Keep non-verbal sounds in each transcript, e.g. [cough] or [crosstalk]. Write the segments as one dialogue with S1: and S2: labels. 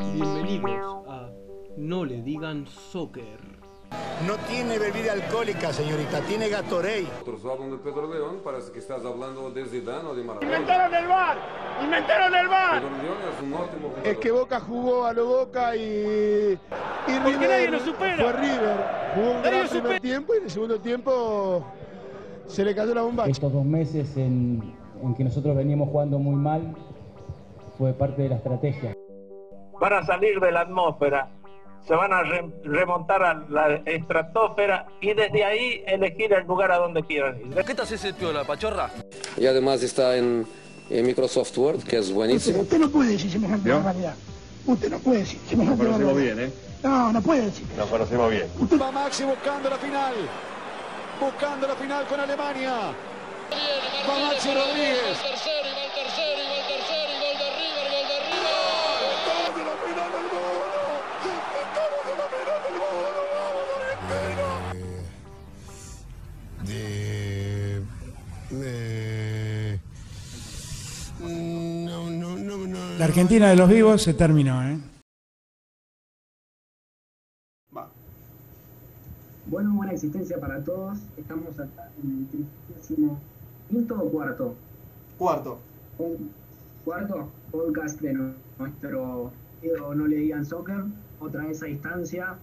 S1: Bienvenidos a No le digan soccer.
S2: No tiene bebida alcohólica, señorita, tiene Gatorade.
S3: Otros hablan de Pedro León, parece que estás hablando de Zidane o de Maradona.
S4: ¡Inventaron el bar! ¡Inventaron el bar!
S3: Pedro León es un óptimo jugador.
S5: Es que Boca jugó a lo Boca y. y
S4: Porque nadie lo supera.
S5: Fue River. Jugó un
S4: Nadie
S5: gran
S4: lo supera.
S5: primer tiempo y en el segundo tiempo se le cayó la bomba.
S6: Estos dos meses en, en que nosotros veníamos jugando muy mal fue parte de la estrategia.
S7: van a salir de la atmósfera, se van a re- remontar a la estratosfera y desde ahí elegir el lugar a donde quieran ir.
S8: ¿Qué te haces el piola, pachorra?
S3: Y además está en, en Microsoft Word, que es buenísimo.
S9: Usted no puede decir semejante barbaridad. Usted no puede decir semejante barbaridad. bien, ¿eh? No, no puede decir.
S2: Nos conocemos bien.
S5: Va Maxi buscando la final. Buscando la final con Alemania. Va Maxi Rodríguez.
S2: De. de- No, no, no, no.
S10: La Argentina de los vivos se terminó, ¿eh?
S9: Bueno, buena existencia para todos. Estamos acá en el trigésimo quinto o cuarto.
S11: Cuarto.
S9: Pod- Cuarto podcast de nu- nuestro Diego No Le Digan Soccer. Otra vez a distancia,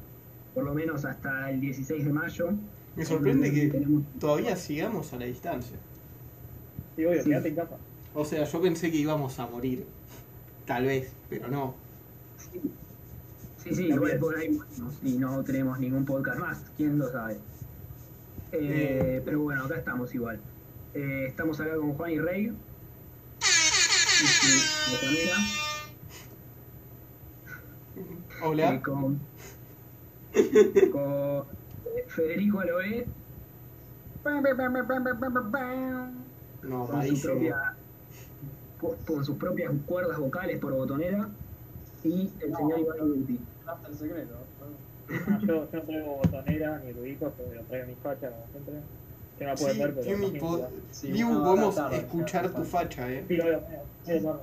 S9: por lo menos hasta el 16 de mayo.
S11: Me sorprende
S9: Donde
S11: que
S9: tenemos-
S11: todavía sigamos a la distancia.
S9: Sí, obvio, quédate en
S11: O sea, yo pensé que íbamos a morir. Tal vez, pero no.
S9: Sí, sí, igual por ahí morimos y no tenemos ningún podcast más, quién lo sabe. Eh, Pero bueno, acá estamos igual. Eh, estamos acá con Juan y Rey. Y su botonera, Y
S11: [laughs] Hola.
S9: Eh, con, con Federico Aloe.
S11: No,
S9: Con, su
S11: malísimo.
S9: propia, con sus propias cuerdas vocales por botonera. Y el señor Iván Guti.
S6: Hasta el secreto. ¿no? Yo, yo no traigo botonera ni rubico, pero traigo mi facha como siempre. Que no la pueden
S11: Sí,
S6: ver, Ah, pero.
S11: Jimmy,
S6: imagínate,
S11: po-
S6: sí,
S11: Liu,
S6: una hora
S11: podemos
S6: tarde,
S11: escuchar
S6: ya,
S11: tu facha, eh.
S6: Sí, lo veo, sí, lo veo.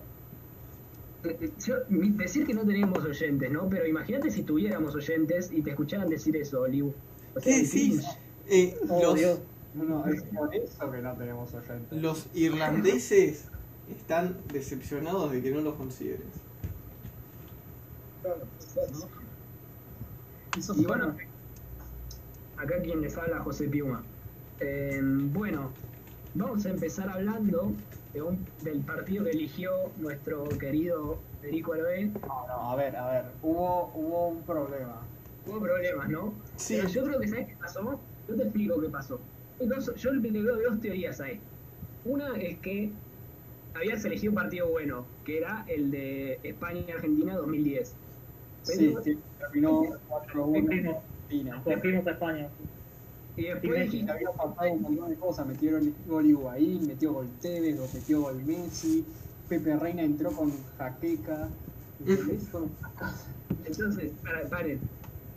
S9: Eh, eh, yo- mi- decir que no tenemos oyentes, ¿no? Pero imagínate si tuviéramos oyentes y te escucharan decir eso, Liu. O
S11: ¿Qué
S9: el
S11: decís?
S9: cringe.
S11: Eh,
S6: Oh, Dios.
S11: los, los irlandeses están decepcionados de que no los consideres.
S9: Y bueno, acá quien les habla José Piuma. Eh, bueno, vamos a empezar hablando de un- del partido que eligió nuestro querido Federico Aloe.
S11: a ver, a ver. Hubo, hubo un problema.
S9: Hubo problemas, ¿no?
S11: Sí.
S9: Pero yo creo que sabes qué pasó. Yo te explico qué pasó. Entonces, yo le veo dos teorías ahí. Una es que habías elegido un partido bueno, que era el de España-Argentina 2010.
S11: Sí,
S9: Pero-
S11: que terminó 4-1.
S6: Volvimos a España.
S9: Y después
S11: Y
S9: dijiste,
S11: había pasado un montón de cosas. Metieron gol Higuaín, metió gol Tevez, lo metió gol Messi. Pepe Reina entró con jaqueca.
S9: [laughs] entonces, para- paren.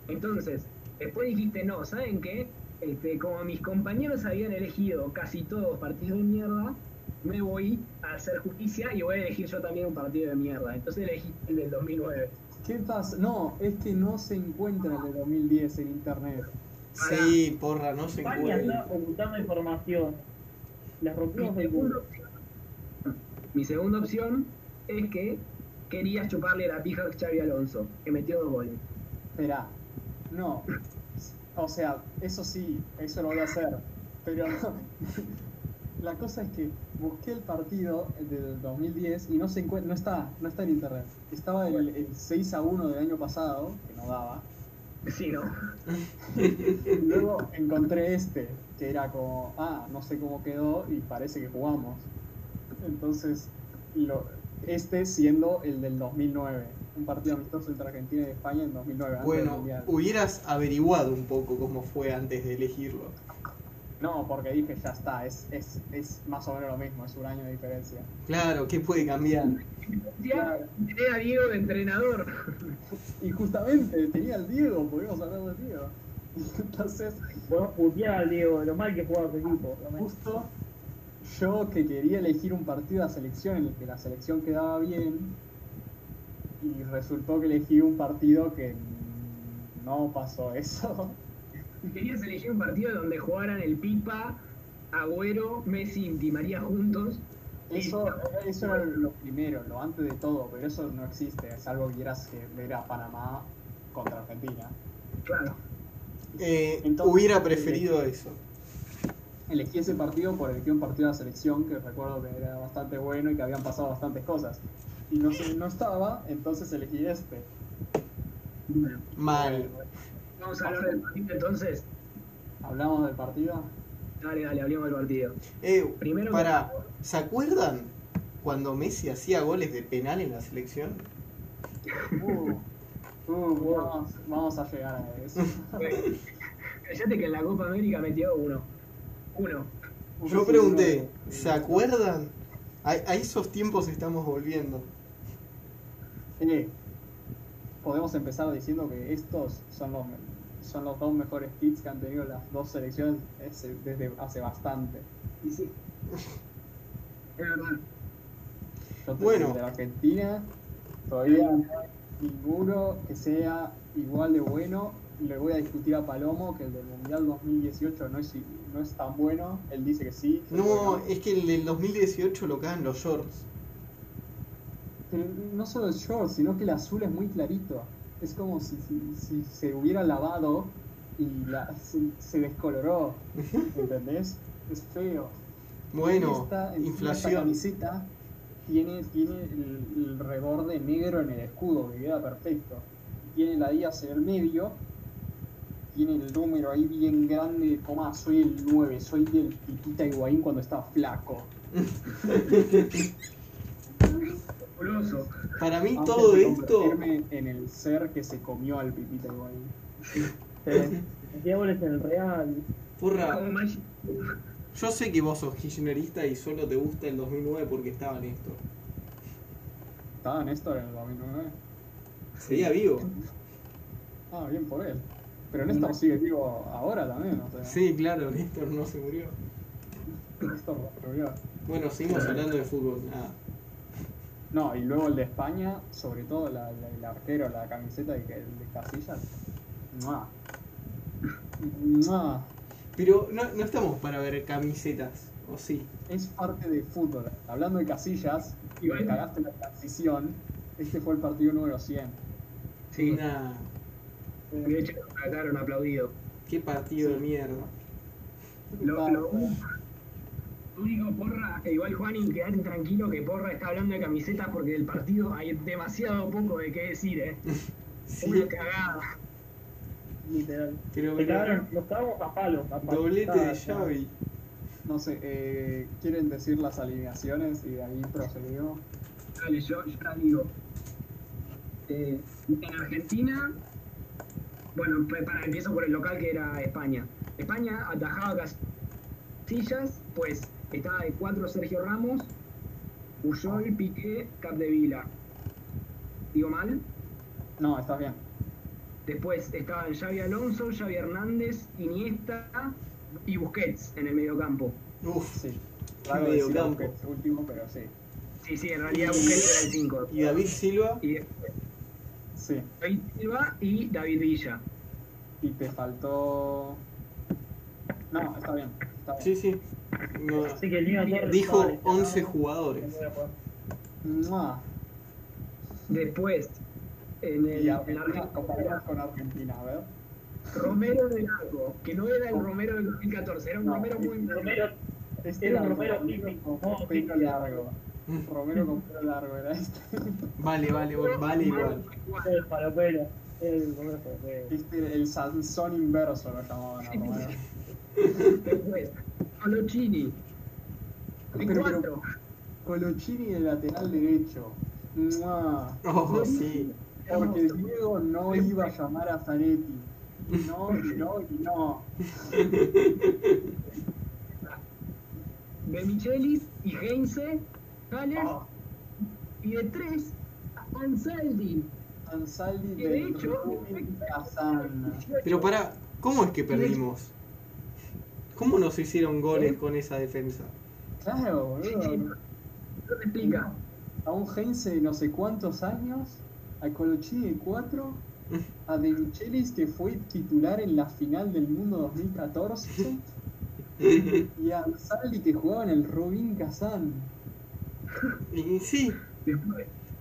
S9: Entonces, después dijiste, no, ¿saben qué? Este, como mis compañeros habían elegido casi todos partidos de mierda, me voy a hacer justicia y voy a elegir yo también un partido de mierda. Entonces elegí el del 2009.
S11: ¿Qué pasa? No, es que no se encuentra el de 2010 en internet.
S9: Sí,
S11: porra, no se
S8: España está ocultando información. Les
S9: Mi
S8: rompimos el
S9: segunda
S8: culo.
S9: opción- Mi segunda opción es que querías chuparle la pija a Xavi Alonso, que metió dos goles.
S11: Espera, no. O sea, eso sí, eso lo voy a hacer. Pero [laughs] la cosa es que busqué el partido del 2010 y no se encuentra, no está, no está en internet. Estaba el, el 6 a 1 del año pasado, que no daba. [laughs]
S9: Sí, ¿no?
S11: Y luego encontré este, que era como, ah, no sé cómo quedó y parece que jugamos. Entonces, lo, este siendo el del 2009, un partido amistoso entre Argentina y España en 2009. Bueno, hubieras averiguado un poco cómo fue antes de elegirlo. No, porque dije, ya está, es, es, es más o menos lo mismo, es un año de diferencia. Claro, ¿qué puede cambiar?
S9: Ya tenía a Diego de entrenador.
S11: Y justamente tenía al Diego, podíamos hablar del Diego. Entonces, Ah,
S8: Podemos putear al Diego, de lo mal que juega su equipo. lo mal.
S11: Justo yo que quería elegir un partido a selección en el que la selección quedaba bien y resultó que elegí un partido que no pasó eso.
S9: Querías elegir un partido donde jugaran el Pipa, Agüero, Messi y Di María juntos.
S11: Eso, eso era lo primero, lo antes de todo, pero eso no existe, salvo que quieras que ver a Panamá contra Argentina.
S9: Claro.
S12: Eh, hubiera preferido
S11: elegí-
S12: eso.
S11: Elegí ese partido por elegí un partido de la selección que recuerdo que era bastante bueno y que habían pasado bastantes cosas. Y no, se- no estaba, entonces elegí este.
S12: Mal.
S9: Vamos a hablar del partido entonces.
S11: ¿Hablamos del partido?
S9: Dale, dale, hablemos del partido.
S12: Eh,
S9: Primero
S12: para, ¿se acuerdan cuando Messi hacía goles de penal en la selección?
S11: Uh, uh,
S9: [laughs]
S11: vamos, vamos a llegar a eso.
S9: Cállate que en la Copa América metió uno. Uno.
S12: Yo pregunté, ¿se acuerdan? A, a esos tiempos estamos volviendo.
S11: Eh, podemos empezar diciendo que estos son los, son los dos mejores hits que han tenido las dos selecciones ese- desde hace bastante.
S9: Y sí. Es verdad.
S11: Yo te-
S12: Bueno.
S11: De la Argentina, todavía no hay ninguno que sea igual de bueno. Le voy a discutir a Palomo que el del Mundial 2018 no es, no es tan bueno. Él dice que sí. yo
S12: No,
S11: creo que
S12: es que el del 2018 lo cagan los shorts.
S11: Pero no solo el short, sino que el azul es muy clarito. Es como si, si- si se hubiera lavado y la- se, se
S12: [laughs]
S11: descoloró. ¿Entendés? Es feo.
S12: Bueno,
S11: Esta- encima
S12: inflación.
S11: Esta camiseta tiene, tiene el, el reborde negro en el escudo, que queda perfecto. Tiene la Díaz en el medio. Tiene el número ahí bien grande, como "Ah, soy el 9, soy el Pitita Higuaín cuando está flaco.
S9: Curioso.
S12: Para mí
S11: Antes
S12: todo
S11: de
S12: esto...
S11: convertirme en el ser que se comió al Pipita Higuaín.
S8: goles en el Real.
S12: Porra,
S9: Como Magic.
S12: yo sé que vos sos kirchnerista y solo te gusta el 2009 porque estaba Néstor.
S11: ¿Estaba Néstor en el 2009?
S12: Seguía vivo.
S11: Ah, bien por él. Pero Néstor sigue vivo ahora también, o sea,
S12: Sí, claro, Néstor no se murió.
S11: Néstor lo prohibió.
S12: Bueno, seguimos hablando de fútbol. Nada.
S11: No, y luego el de España, sobre todo la- la- el arquero, la camiseta de, que- de Casillas. ¡Mua! ¡Mua!
S12: Pero no, no estamos para ver camisetas, ¿o sí?
S11: Es parte de fútbol. Hablando de Casillas, y me cagaste la transición, este fue el partido número 100.
S9: Sí.
S12: Nah,
S9: De hecho, lo sacaron aplaudido.
S12: qué partido de mierda.
S9: Lo, lo- lo único, Porra, e igual Juanín, quedate tranquilo que Porra está hablando de camisetas porque del partido hay demasiado poco de qué decir, ¿eh? Una cagada.
S8: Literal.
S12: Pero
S8: Se
S12: bueno,
S8: cagaron, los cagamos a palos. a palos.
S12: doblete
S8: Estaba-
S12: de Xavi.
S11: No sé, eh, ¿quieren decir las alineaciones y de ahí procedió?
S9: Dale, yo, yo la digo. Eh, en Argentina, bueno, pe- para, empiezo por el local que era España. España atajaba Casillas, pues estaba de 4 Sergio Ramos, Puyol, Piqué, Capdevila. ¿Digo mal?
S11: No, está bien.
S9: Después estaban Xavi Alonso, Xavi Hernández, Iniesta y Busquets en el mediocampo.
S12: Uf,
S11: Sí.
S12: Qué
S11: Claro, decir
S12: mediocampo.
S11: Busquets último, pero sí.
S9: Sí, sí, en realidad Busquets era el 5.
S12: y David Silva,
S9: Y después
S11: Sí.
S9: David Silva y David Villa.
S11: Y te faltó. No, está bien. Está bien.
S12: sí, sí. No,
S8: Así que el Nino Torres estaba
S12: dijo
S8: lesionado.
S12: 11
S8: No
S12: jugadores.
S8: voy a jugar.
S11: Mua.
S9: Después, en el,
S11: Y
S9: en la
S11: Argentina,
S9: Argentina,
S11: comparamos con Argentina, a ver.
S9: Romero del Arco, que no era el Romero del 2014, era un
S11: No,
S9: Romero muy malo.
S8: Romero,
S11: Este
S8: Era
S11: el
S8: Romero
S11: Romero
S8: típico,
S11: con
S8: ¿no?
S11: pelo
S8: Típico.
S11: largo. Romero con pelo largo era este.
S12: Vale, vale, vale, vale igual.
S8: el falopero. El Romero falopero.
S11: Este era el Sansón inverso lo llamaban a Romero.
S9: Después, Colocini. En
S11: Pero-
S9: cuatro.
S11: Colochini de lateral derecho. Mua.
S12: Oh, sí.
S11: Porque Diego no iba a llamar a Zanetti. Y No, y no, y no.
S9: de Michelis y Heinze, Haller,
S11: Ah,
S9: y de tres, Ansaldi.
S11: Ansaldi
S9: Que de
S11: del
S9: hecho-
S11: Rubén Kazan.
S12: Pero pará, ¿cómo es que perdimos? ¿Cómo nos hicieron goles con esa defensa?
S11: [laughs] Claro,
S9: Sí, sí.
S11: boludo.
S9: No te explica.
S11: A un Heinze de no sé cuántos años a Colochini de 4, a De Michelis, que fue titular en la final del mundo 2014, y a Saldi, que jugaba en el Robin Kazan.
S12: Y sí,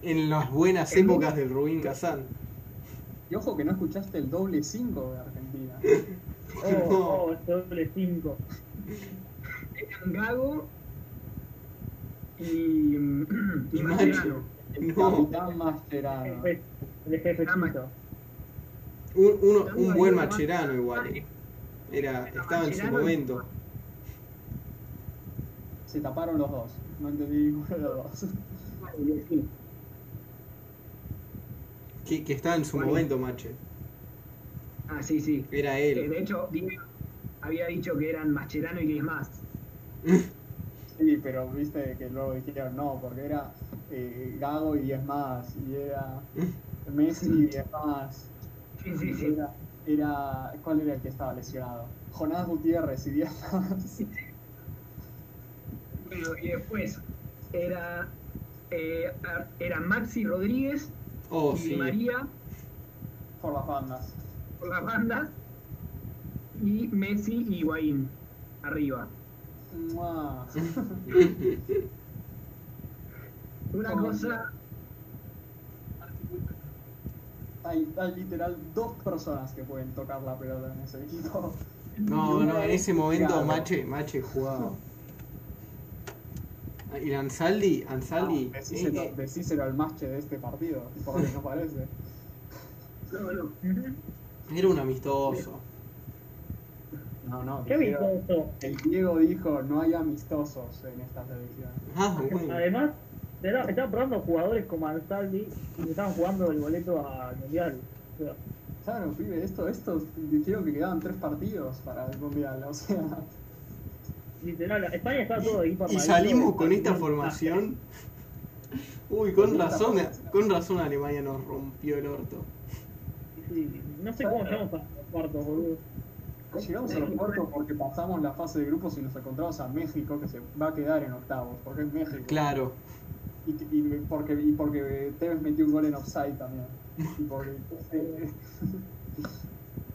S12: en las buenas épocas del Rubín Kazán.
S11: Y ojo que no escuchaste el doble 5 de Argentina.
S12: [laughs]
S6: Oh, oh, doble 5.
S9: Eran Gago y, y Mascherano.
S11: El capitán Ah, Mascherano.
S6: El jefecito.
S12: Un, uno- un buen macherano igual. eh. Era, estaba en su momento.
S11: Se taparon los dos. No entendí ninguno de los dos.
S12: Que, que estaba en su momento, Mache.
S9: Ah, sí, sí.
S12: Era
S9: Eh, de
S12: él.
S9: hecho, Diego había dicho que eran Mascherano y Grismás.
S11: Sí, pero viste que luego dijeron no, porque era eh, Gago y 10 más,
S12: [laughs]
S11: y era Messi y 10 más.
S9: Sí, sí, sí.
S11: Era, era- ¿Cuál era el que estaba lesionado? Jonás Gutiérrez y 10 más.
S9: Bueno, y después era, eh, a- era Maxi Rodríguez
S12: Oh,
S9: y
S12: sí.
S9: María
S11: [laughs] por las bandas.
S9: por las bandas y Messi y Higuaín arriba.
S12: [laughs]
S11: Mua.
S9: Una
S11: Oh,
S9: cosa,
S11: Hay, hay literal dos personas que pueden tocar la pelota en ese equipo.
S12: No,
S11: [laughs] Y una
S12: no, en
S11: es
S12: ese momento
S11: Gago.
S12: Mache, Mache jugaba. Ah, Y Ansaldi, Ansaldi.
S11: Ah, decíselo,
S12: eh, eh,
S11: decíselo al mache de este partido, [laughs] porque no parece.
S9: no, no.
S12: era un amistoso.
S11: No, no.
S6: ¿Qué
S11: Diego-
S6: amistoso?
S11: El Diego dijo, no hay amistosos en esta selección.
S12: Ah,
S6: [laughs] Además, era- estaban probando jugadores como Ansaldi y le estaban jugando el boleto al mundial. O sea,
S11: Claro, pibe, esto, esto, dijeron que quedaban tres partidos para el Mundial, o sea... [laughs]
S6: literal, España estaba todo ahí por Ah,
S12: Y salimos con esta
S6: [laughs]
S12: formación. Uy, con razón, con razón Alemania nos rompió el orto.
S6: No sé cómo llegamos a los cuartos, boludo.
S11: Llegamos a los cuartos porque pasamos la fase de grupos y nos encontramos a México, que se va a quedar en octavos, porque es México.
S12: Claro.
S11: Y, y porque, y porque Tevez metió un gol en offside también. Y porque... [laughs] eh,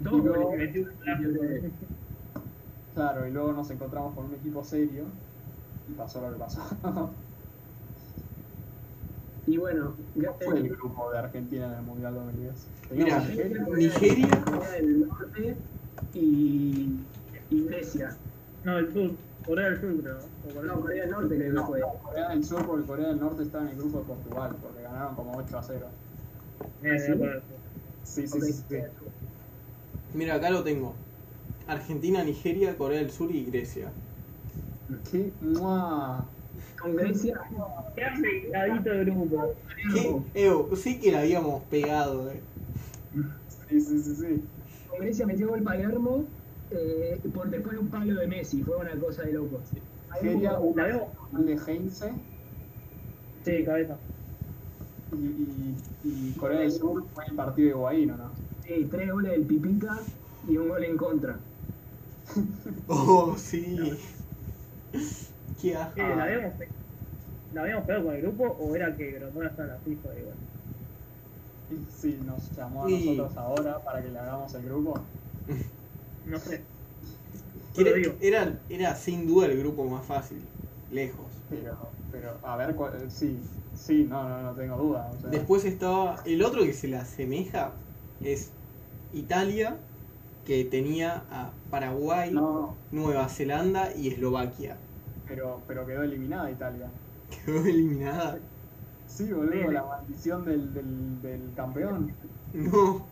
S9: Dos
S11: Y luego-
S9: goles que metió Zlatan.
S11: Claro, y luego nos encontramos con un equipo serio y pasó lo que pasó. [laughs]
S9: Y bueno,
S11: ¿Cómo fue el grupo de Argentina en el Mundial 2010?
S12: Mira,
S11: Teníamos Nigeria,
S12: Nigeria.
S9: Corea del Norte y, y Grecia.
S6: No, el sur, Corea del Sur, creo.
S9: No, Corea del Norte creo que fue.
S11: Corea del Sur porque Corea del Norte estaba en el grupo de Portugal, porque ganaron como 8 a 0.
S9: Ah,
S6: Eh,
S11: sí?
S6: bueno,
S11: Sí, sí, sí. sí.
S12: Mira, acá lo tengo. Argentina, Nigeria, Corea del Sur y Grecia.
S11: ¿Qué? ¡Mua!
S9: Con Grecia.
S6: Quedan pegadito de grupo.
S12: ¿Qué? Evo, sí que la habíamos pegado, eh.
S11: Sí, sí, sí, sí.
S9: Con Grecia metió gol Palermo eh, por después de un palo de Messi. Fue una cosa de locos.
S11: Nigeria, un
S6: La veo.
S11: gol de Heinze
S6: Sí, cabeza.
S11: y, y, y Corea del Sur fue el partido de Higuaín, ¿o no?
S9: Sí, tres goles del Pipita y un gol en contra.
S12: Oh, sí. Qué
S6: Sí,
S12: asco.
S6: ¿La habíamos pe- la habíamos pegado con el grupo o era que Grondona está en la FIFA? Igual?
S11: Y Sí, nos llamó a
S12: Y-
S11: nosotros ahora para que le hagamos el grupo.
S6: No sé.
S12: Era,
S6: Lo digo.
S12: era, era sin duda el grupo más fácil. Lejos.
S11: Pero, pero a ver, cuál- sí, sí, no, no, no tengo duda. o sea,
S12: Después estaba. El otro que se le asemeja es Italia, que tenía a Paraguay,
S11: no,
S12: Nueva Zelanda y Eslovaquia. [laughs]
S11: pero, pero quedó eliminada Italia.
S12: Quedó eliminada.
S11: Sí, boludo, la maldición del, del, del campeón.
S12: No.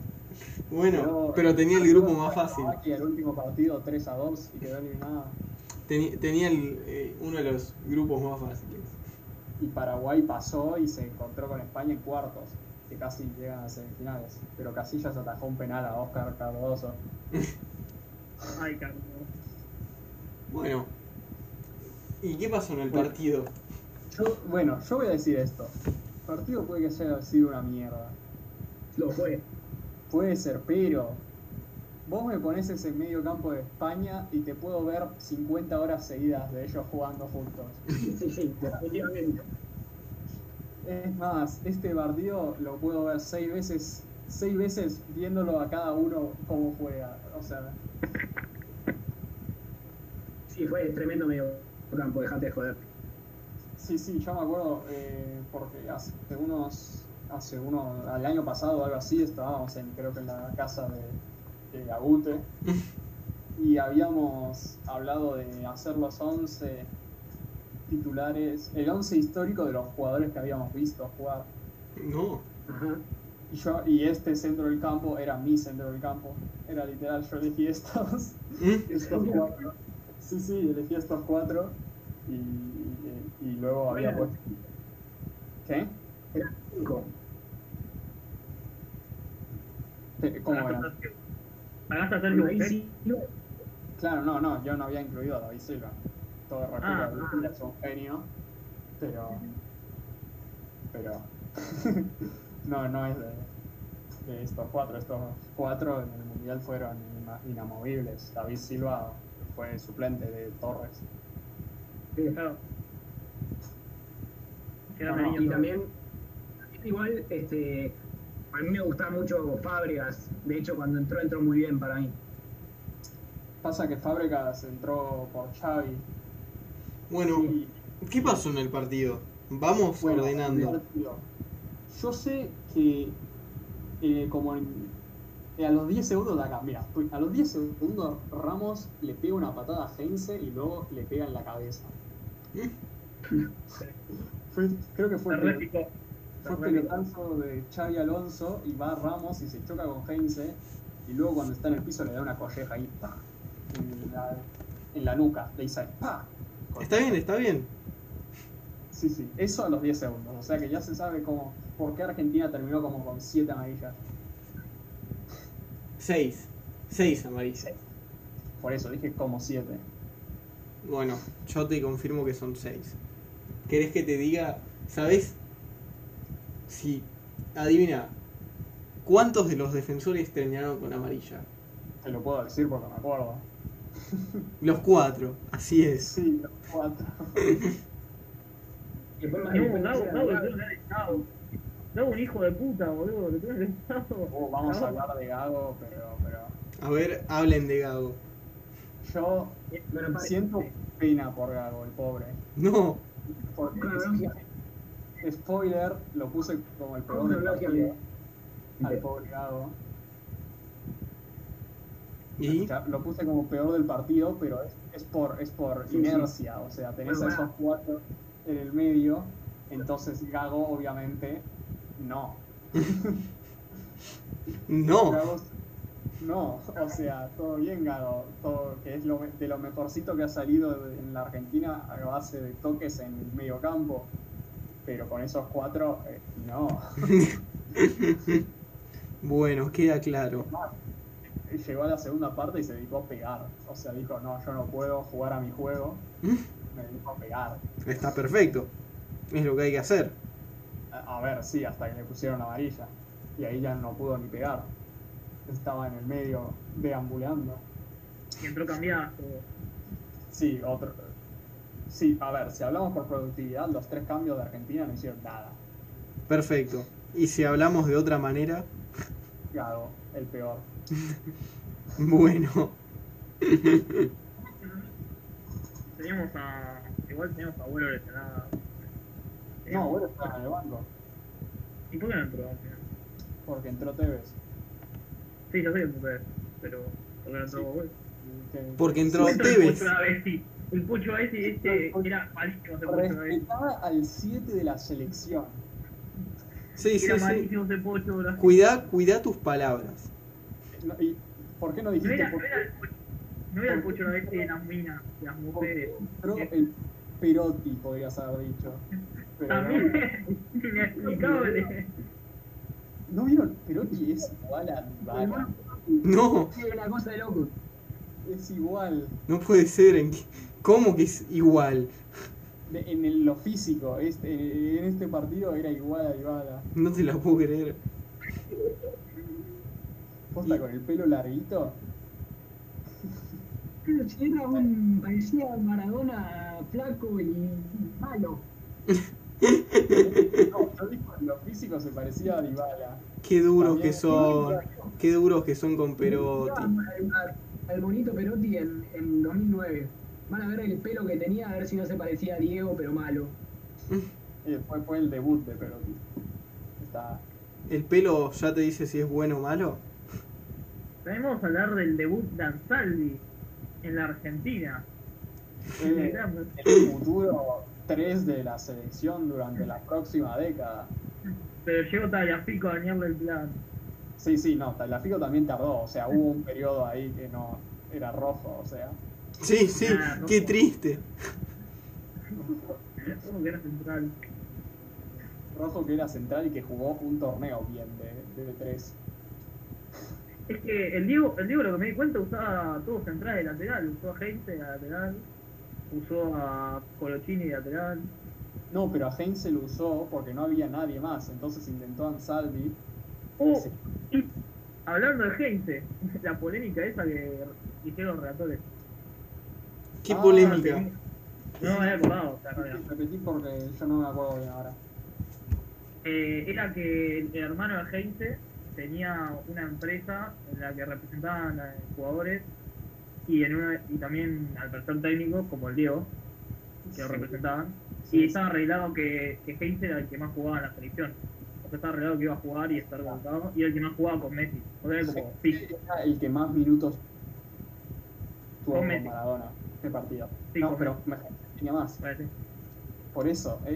S12: Bueno, pero tenía el grupo más fácil.
S11: Eslovaquia, el último partido 3 a 2 y quedó eliminada.
S12: Teni- tenía el, eh, uno de los grupos más fáciles.
S11: Y Paraguay pasó y se encontró con España en cuartos, que casi llegan a semifinales. Pero Casillas atajó un penal a Oscar Cardoso.
S6: Ay, Carlos.
S12: Bueno. ¿Y qué pasó en el partido?
S11: Yo, bueno, yo voy a decir esto. El partido puede que haya sido una mierda.
S9: Lo fue.
S11: Puede ser, pero vos me pones ese medio campo de España y te puedo ver
S9: [laughs]
S11: 50 horas seguidas de ellos jugando juntos.
S9: Sí, sí, definitivamente.
S11: Es más, este bardío lo puedo ver seis veces, seis veces viéndolo a cada uno cómo juega. O sea,
S9: Sí, fue tremendo medio campo, dejate de joder.
S11: sí, sí, yo me acuerdo eh, porque hace unos, hace uno, al año pasado o algo así, estábamos en, creo que en la casa de, de Agute y habíamos hablado de hacer los 11 titulares, el 11 histórico de los jugadores que habíamos visto jugar.
S12: No.
S11: Y, yo, y este centro del campo era mi centro del campo. Era literal, yo elegí [laughs] estos, estos cuatro. Sí, sí, elegí estos cuatro. Y, y- y luego había
S9: Bueno.
S11: puesto. ¿Qué?
S9: Era cinco.
S11: Eh, ¿Cómo
S6: [laughs]
S11: era?
S6: ¿Pagaste a Sergio
S11: Ahí
S6: Busquets?
S11: sí. Claro, no, no, yo no había incluido a David Silva. Todo respeto
S6: Ah,
S11: a David
S6: ah.
S11: Silva, es un genio. Pero. Pero. [laughs] no, no es de, de estos cuatro. Estos cuatro en el mundial fueron inma- inamovibles. David Silva fue suplente de Torres.
S6: Claro.
S11: No, no,
S9: y también, también igual, este, a mí me gustaba mucho Fábregas. De hecho, cuando entró, entró muy bien para mí.
S11: Pasa que Fábregas entró por Xavi.
S12: Bueno, ¿qué pasó en el partido? Vamos
S11: Bueno,
S12: ordenando.
S11: partido. Yo sé que eh, como en- eh, a los 10 segundos la cambias. A los 10 segundos Ramos le pega una patada a Heinze y luego le pega en la cabeza. Fue- creo que fue el primer-
S6: Terréfico.
S11: fue el pelotazo de Xavi Alonso y va Ramos y se choca con Heinze y luego cuando está en el piso le da una colleja ahí ¡pa! En, la, en la nuca, le dice ahí, ¡pa!
S12: Está bien, está bien.
S11: Sí, sí, eso a los 10 segundos. O sea que ya se sabe cómo, por qué Argentina terminó como con 7 amarillas.
S12: Seis. Seis amarillas.
S11: Por eso dije como 7.
S12: Bueno, yo te confirmo que son seis. ¿Querés que te diga, sabes? Sí. Adivina, ¿cuántos de los defensores terminaron con amarilla?
S11: Te lo puedo decir porque me acuerdo.
S12: Los cuatro, así es.
S11: Sí, los 4.
S9: Después,
S11: Eh,
S6: No,
S9: después-
S6: Gago, Gago, el gol de Gago. Gago, un hijo de puta, boludo. Lo [laughs] tenés pensado.
S11: Oh, Vamos a hablar de Gago, pero, pero
S12: A ver, hablen de Gago.
S11: yo
S9: Bueno, pare-
S11: siento pena por Gago, el pobre.
S12: No,
S11: Porque,
S9: Cronología-
S11: spoiler, lo puse como el peor del partido.
S9: cronológicamente.
S11: Al pobre Gago.
S12: y
S11: Ya, Lo puse como peor del partido, pero es, es por, es por
S9: Sí,
S11: inercia. O sea, tenés a
S9: Bueno,
S11: esos cuatro en el medio. Entonces Gago, obviamente, no.
S12: no.
S11: Gago- no, o sea, todo bien, Gago. Todo, que es lo, me- de lo mejorcito que ha salido de- en la Argentina a base de toques en el medio campo. Pero con esos cuatro, eh, no. [laughs]
S12: Bueno, queda claro.
S11: Llegó a la segunda parte y se dedicó a pegar. O sea, dijo, no, yo no puedo jugar a mi juego.
S9: ¿Mm?
S11: Me dedico a pegar.
S12: Está perfecto. Es lo que hay que hacer.
S11: A a ver, sí, hasta que le pusieron amarilla. Y ahí ya no pudo ni pegar. Estaba en el medio deambulando.
S6: Y entró cambiado.
S11: Sí, otro. Sí, a ver, si hablamos por productividad, los tres cambios de Argentina no hicieron nada.
S12: Perfecto. Y si hablamos de otra manera, [laughs]
S11: Gago, el peor.
S12: bueno.
S6: Teníamos a. Igual teníamos a abuelo lesionado. Eh.
S11: No, bueno, estaba en el banco,
S6: ¿Y por qué no entró al final?
S11: porque entró Tevez.
S6: Sí, yo sé que puta es, pero. ¿Por qué no entró abuelo?
S11: Que-
S12: Porque entró
S6: Puesto el
S12: Tevez.
S6: puesto a Bessi. El pucho a Bessi, este, era malísimo ese pucho eh. a Bessi.
S11: Respetaba al 7 de la selección.
S12: Sí, sí,
S6: Era
S12: sí.
S6: malísimo ese pocho, boludo.
S12: Cuidá, cuidá tus palabras.
S11: No, ¿Y por qué no
S6: No
S11: dijiste
S6: era,
S11: por
S6: no era el pocho. No era el pocho a Bessi de las minas, de las mujeres.
S11: entró el Perotti, podrías haber dicho? Pero no.
S6: También [laughs] inexplicable.
S11: ¿No vieron? Perotti es igual a Dybala.
S12: No,
S9: Sí, una cosa de loco.
S11: Es igual.
S12: no puede ser. ¿en qué- ¿Cómo que es igual?
S11: De- en el- lo físico, este, en este partido era igual a Dybala.
S12: No te la puedo creer.
S11: Posta con el pelo larguito.
S9: Era un. parecía Maradona flaco y malo.
S11: No, yo digo, en lo físico se parecía a Dybala.
S12: Qué duros que son. Qué duros que son con Perotti.
S9: Al, al bonito Perotti en, en 2009. Van a ver el pelo que tenía, a ver si no se parecía a Diego, pero malo.
S11: Y después Eh, fue el debut de Perotti. Está.
S12: ¿El pelo ya te dice si es bueno o malo?
S6: Podemos hablar del debut de Ansaldi en la Argentina.
S11: eh, el futuro 3 de la selección durante la próxima década.
S6: Pero llegó Tagliafico a dañarle el plan.
S11: Sí, sí, no, Tagliafico también tardó, o sea, hubo un periodo ahí que no era rojo, o sea.
S12: Sí, sí,
S11: Ah,
S12: qué
S11: rojo.
S12: triste.
S6: Como Eh, que era central.
S11: Rojo que era central y que jugó un torneo bien de, de tres.
S6: Es que el Diego, el Diego, lo que me di cuenta, usaba a todos centrales de lateral. Usó a Heinze de lateral. Usó a Colochini de lateral.
S11: No, pero a Heinz se lo usó porque no había nadie más, entonces intentó a Ansaldi.
S6: Oh,
S11: Se-
S6: y hablando de Heinze, [laughs] la polémica esa que hicieron los relatores.
S12: Qué
S11: Ah,
S12: polémica.
S11: sí.
S6: No me había acordado, o sea, no había-
S11: Repetí porque yo no me acuerdo bien ahora.
S6: Eh, era que el hermano de Heinze tenía una empresa en la que representaban a jugadores y, en una- y también al personal técnico, como el Diego, que lo
S11: Sí.
S6: representaban.
S11: Sí.
S6: Y estaba arreglado que, que Heinze era el que más jugaba en la selección. O sea, estaba arreglado que iba a jugar y estar contado. Y era el que más jugaba con Messi. O sea, era como fijo.
S11: Era el que más minutos tuvo
S6: Con
S11: con
S6: Messi.
S11: Maradona. Qué partido.
S6: Sí,
S11: no,
S6: con
S11: pero
S6: Messi.
S11: mejor, tenía más.
S6: Parece.
S11: Por eso, eh,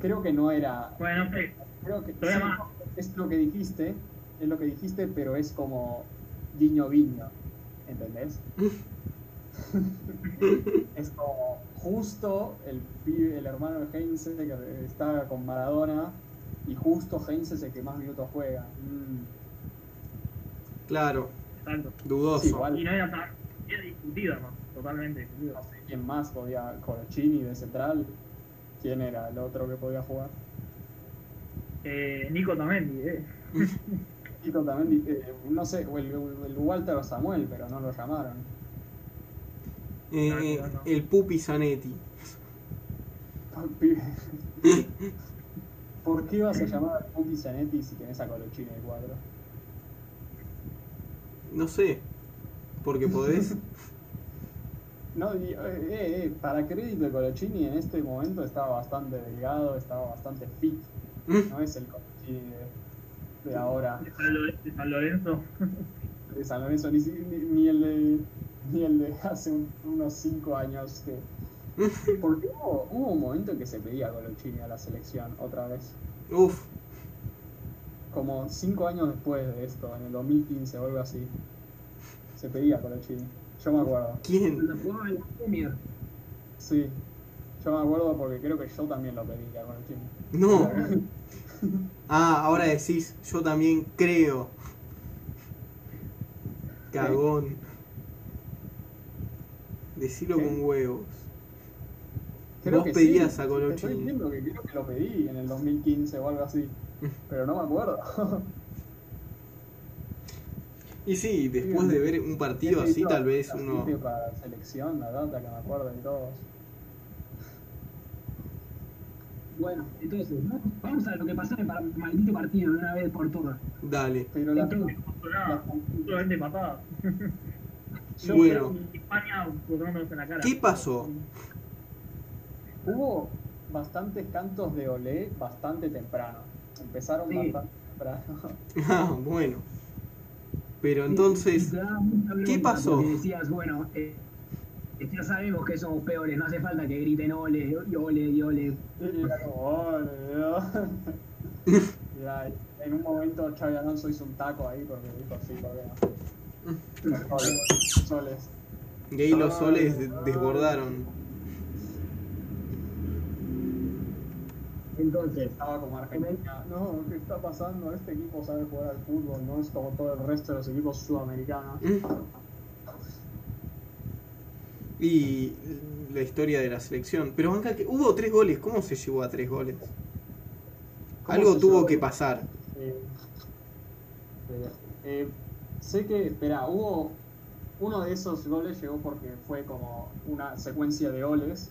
S11: creo que no era.
S6: Bueno, no sé.
S11: Creo que
S6: Todavía
S11: sí,
S6: más.
S11: es lo que dijiste, es lo que dijiste, pero es como guiño guiño. ¿Entendés? es como justo el, pibe- el hermano de Heinze que está con Maradona y justo Heinze es el que más minutos juega. Mm.
S12: Claro.
S6: Exacto.
S12: Dudoso.
S11: Sí, igual.
S6: Y no era tan. Era discutido, además. Totalmente discutido.
S11: No sé quién más podía. Colochini de central. ¿Quién era el otro que podía jugar?
S6: Eh, Nico Tamendi, eh.
S11: Tito también, eh, no sé, o el, el Walter Samuel, pero no lo llamaron.
S12: Eh,
S11: no, no.
S12: El Pupi Zanetti.
S11: Pibe. [laughs] ¿Por qué vas a llamar a Pupi Zanetti si tenés a Colochini en el cuadro?
S12: No sé. Porque
S11: [laughs]
S12: podés.
S11: No, y, eh, eh, eh, para crédito de Colochini en este momento estaba bastante delgado, estaba bastante fit.
S12: Mm,
S11: No es el Colochini de, de ahora.
S6: De San Lo- de San [laughs] Lorenzo.
S11: de San Lorenzo, ni, si- ni, ni el, de, ni el de hace un- unos 5 años. Que, porque hubo, hubo un momento en que se pedía Colochini a la selección otra vez.
S12: Uf.
S11: Como 5 años después de esto, en el 2015 o algo así, se pedía Colochini. Yo me acuerdo.
S12: ¿Quién?
S9: Cuando jugaba en la Premier.
S11: Sí. Yo me acuerdo porque creo que yo también lo pedía Colochini.
S12: No. Ah, ahora decís, yo también creo. Cagón. Decilo con huevos. Vos pedías a
S11: Te Estoy
S12: Colochini.
S11: diciendo que creo que lo pedí en el 2015 o
S12: [laughs]
S11: algo así. Pero no me acuerdo.
S12: Y sí, después de ver un partido así, tal vez
S11: Así
S12: uno.
S11: que Para la selección, la data que me acuerdo de todos.
S9: Bueno, entonces, ¿no? vamos a lo que pasó en el par- maldito partido de una vez por todas.
S12: Dale.
S11: Pero la
S6: Nada, solamente
S9: [laughs]
S6: patada.
S12: Yo Bueno.
S6: creo que España botándonos en la cara.
S12: ¿Qué pasó? [laughs]
S11: Hubo bastantes cantos de Olé bastante temprano. Empezaron
S9: Sí.
S11: bastante temprano. [laughs]
S12: Ah, bueno. Pero entonces.
S9: Te daba mucha bronca
S12: ¿qué pasó?
S9: porque Decías, bueno, eh, ya sabemos que somos peores, no hace falta que griten ole, y ole, y ole.
S11: Y era como, "Ole, [laughs] ¿no?". Y ahí, en un momento Xavi Alonso hizo un taco ahí porque dijo, sí, ¿por qué no?". Soles, Soles.
S12: Gay los soles de- desbordaron.
S9: Entonces,
S11: Estaba como Argentina. No, ¿qué está pasando? Este equipo sabe jugar al fútbol, no es como todo el resto de los equipos sudamericanos.
S12: Mm. Y mm, la historia de la selección. Pero banca que hubo tres goles. ¿Cómo se llegó a tres goles?
S11: ¿Cómo
S12: Algo
S11: se
S12: tuvo
S11: llegó?
S12: que pasar.
S11: Eh, eh, sé que, espera, hubo uno de esos goles llegó porque fue como una secuencia de goles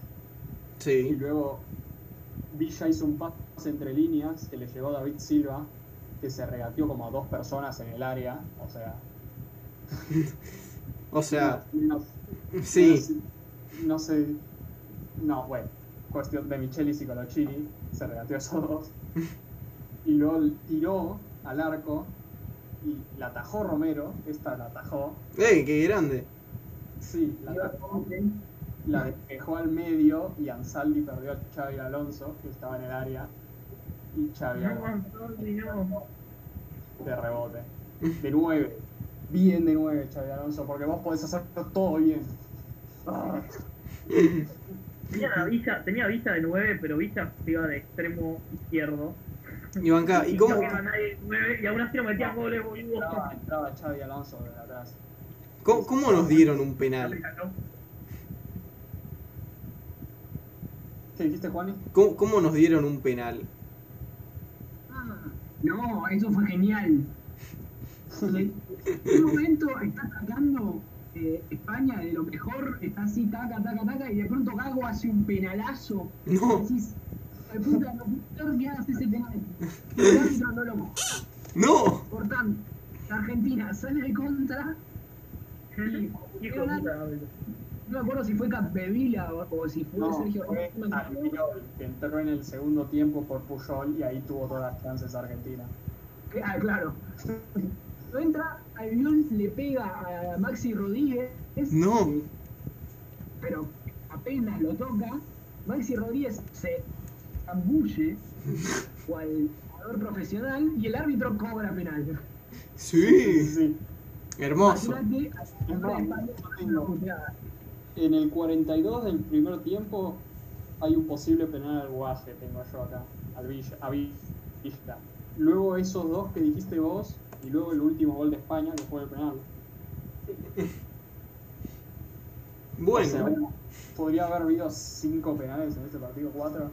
S11: y
S12: Sí.
S11: luego Villa hizo un pase entre líneas que le llegó a David Silva, que se regateó como a dos personas en el área. O sea,
S12: O sea,
S11: no-
S12: sí.
S11: no sé. No, bueno. Cuestión de Michelis y Colochini. Se regateó esos dos. Y luego tiró al arco. Y la atajó Romero. Esta la atajó.
S12: ¡Ey, Eh, qué grande!
S11: Sí, la atajó. La despejó al medio. Y Ansaldi perdió a Xavi Alonso, que estaba en el área. Y Xavi
S9: Ah,
S11: Alonso de rebote. De 9. Bien de 9, Xavi Alonso. Porque vos podés hacer todo bien. Ah.
S6: Tenía a Villa, tenía a Villa de 9, pero Villa se iba de extremo izquierdo.
S12: Y banca, Ah, ¿y cómo,
S6: No quedaba nadie de nueve, y aún así no metía goles, boludo.
S11: Entraba, entraba Xavi Alonso desde atrás.
S12: cómo, cómo nos dieron un penal?
S11: ¿Qué dijiste, Juani?
S12: ¿Cómo, cómo nos dieron un penal?
S6: Ah.
S9: No, eso fue genial. En un momento está atacando eh, España de lo mejor, está así, taca, taca, taca, y de pronto Gago hace un penalazo.
S12: No.
S9: Decís, "Hijo de puta, no puedo que hagas ese penal. El árbitro no lo-
S12: ¡No!
S9: Por tanto, la Argentina sale de contra. Y,
S6: Hijo de puta,
S9: no me acuerdo si fue Capdevila o, o si fue
S11: No,
S9: Sergio
S11: fue
S9: Romero.
S11: Almirón, que entró en el segundo tiempo por Puyol y ahí tuvo todas las chances Argentina.
S9: Que- Ah, claro. Lo entra, Albiol le pega a Maxi Rodríguez, eh,
S12: ¡No!
S9: pero apenas lo toca, Maxi Rodríguez se ambulle cual jugador profesional y el árbitro cobra penal.
S12: ¡Sí! Hermoso.
S9: Imagínate,
S11: Es más,
S9: contra España,
S11: yo
S9: una
S11: tengo-
S9: puteada.
S11: En el 42 del primer tiempo hay un posible penal al Guaje, tengo yo acá, al Villa, a Villa. Luego esos dos que dijiste vos y luego el último gol de España que fue el penal. O sea,
S12: Bueno,
S11: podría haber habido cinco penales en este partido, cuatro.